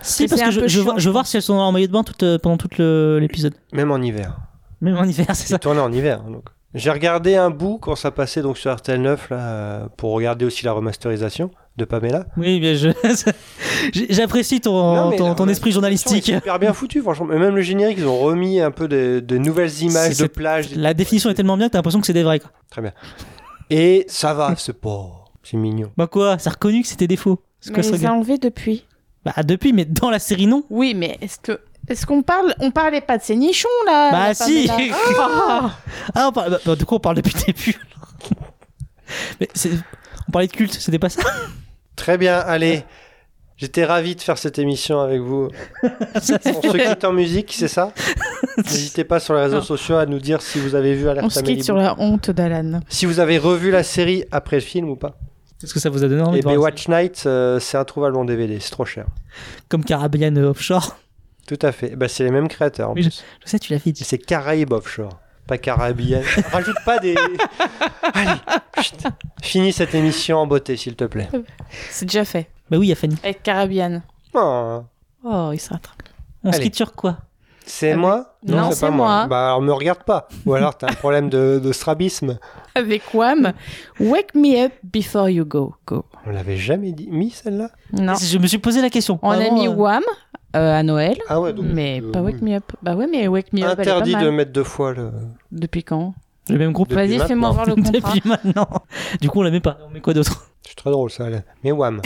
C: si
D: c'est
C: parce
D: un
C: que je,
D: peu
C: je, vois-
D: chiant,
C: je
D: je
C: vais voir si elles sont dans leur maillot de bain toute, euh, pendant tout le- l'épisode
E: Même en hiver.
C: même en hiver c'est ça
E: C'est tourné en hiver. hein, donc. J'ai regardé un bout quand ça passait donc sur RTL 9 là, euh, pour regarder aussi la remasterisation de Pamela.
C: Oui, mais je... j'ai- j'apprécie ton,
E: Non, mais
C: ton,
E: la
C: ton esprit
E: remasterisation
C: journalistique.
E: est super bien foutu, franchement. Mais même le générique, ils ont remis un peu de, de nouvelles images
C: C'est-
E: de plage.
C: La définition est tellement bien que t'as l'impression que c'est des vrais. Quoi.
E: Et ça va, c'est pas. C'est mignon.
C: Bah quoi, ça a reconnu que c'était des faux. C'est
D: Mais
C: quoi ce
D: les a
C: regard
D: enlevés depuis.
C: Bah depuis, mais dans la série non.
D: Oui, mais est-ce que. Est-ce qu'on parle. On parlait pas de ces nichons là
C: Bah,
D: la
C: si.
D: Pamela Ah
C: Ah, on parle... bah, bah, de quoi on parle depuis le début alors mais c'est- On parlait de culte, c'était pas ça
E: Très bien, allez. J'étais ravi de faire cette émission avec vous. On se quitte en musique, c'est ça N'hésitez pas sur les réseaux
D: Non.
E: sociaux à nous dire si vous avez vu Alerte
D: On se
E: à
D: quitte
E: Malibu.
D: sur la honte d'Alan.
E: Si vous avez revu la série après le film ou pas.
C: Est-ce que ça vous a donné envie
E: Et
C: de voir la
E: Baywatch Night, euh, c'est introuvable en DVD, c'est trop cher.
C: série Comme Caribbean euh, Offshore.
E: Tout à fait. Bah, c'est les mêmes créateurs. en
C: Oui,
E: plus.
C: Je sais, tu l'as fait.
E: C'est Caraïbes Offshore, pas Caribbean. Rajoute pas des. Allez, chut. finis cette émission en beauté, s'il te plaît.
D: C'est déjà fait.
C: Bah oui, il y a Fanny.
D: Avec Caribbean.
E: Oh,
D: Oh, il se rattrape.
C: On se
E: Allez.
C: quitte sur quoi
E: c'est moi
D: Ah, Non, c'est moi.
E: Bah, alors me regarde pas. Ou alors t'as un problème de, de strabisme.
D: Avec Wham. Wake me up before you go. Go.
E: On l'avait jamais dit, mis celle-là
D: Non.
C: Je me suis posé la question.
D: On a
C: Vraiment,
D: mis
C: euh,
D: Wham euh, à Noël.
E: Ah ouais, donc.
D: Mais
E: euh,
D: pas Wake Me Up. Bah ouais, mais Wake Me Up, elle est
E: Interdit
D: pas
E: de
D: mal.
E: mettre deux fois le.
D: Depuis quand
C: Le même groupe.
E: Depuis
D: Vas-y,
E: maintenant.
D: fais-moi voir le contrat.
C: Depuis maintenant. Du coup, on la met pas. On met quoi d'autre
E: C'est très drôle ça. là. Mais wham.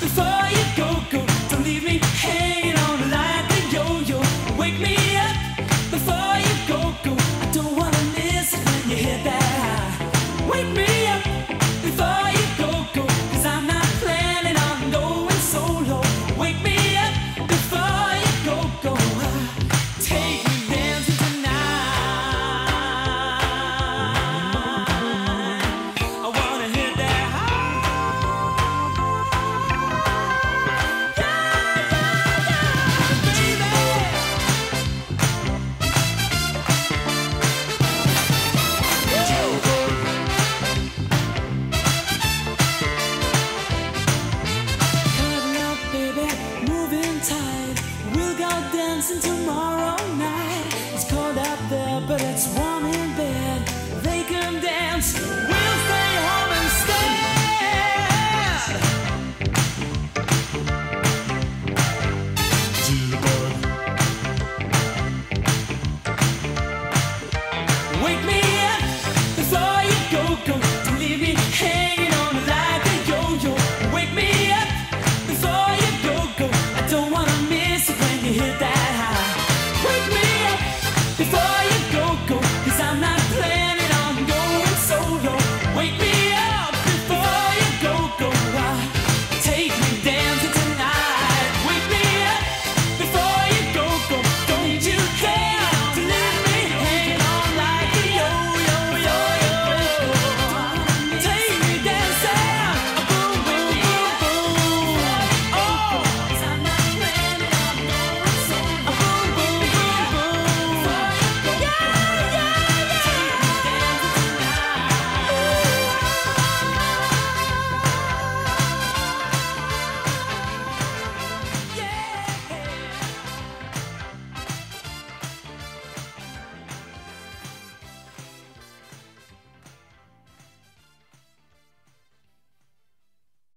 J: Before you go, go, don't leave me hanging on like a yo-yo. Wake me up in time. We'll go dancing tomorrow night. It's cold out there, but it's warm in bed. They can dance. We'll stay home instead. Wake me up before you go, go. Don't leave me hanging on like a yo-yo. Wake me up before you go, go. I don't wanna miss it when you hit that Oh,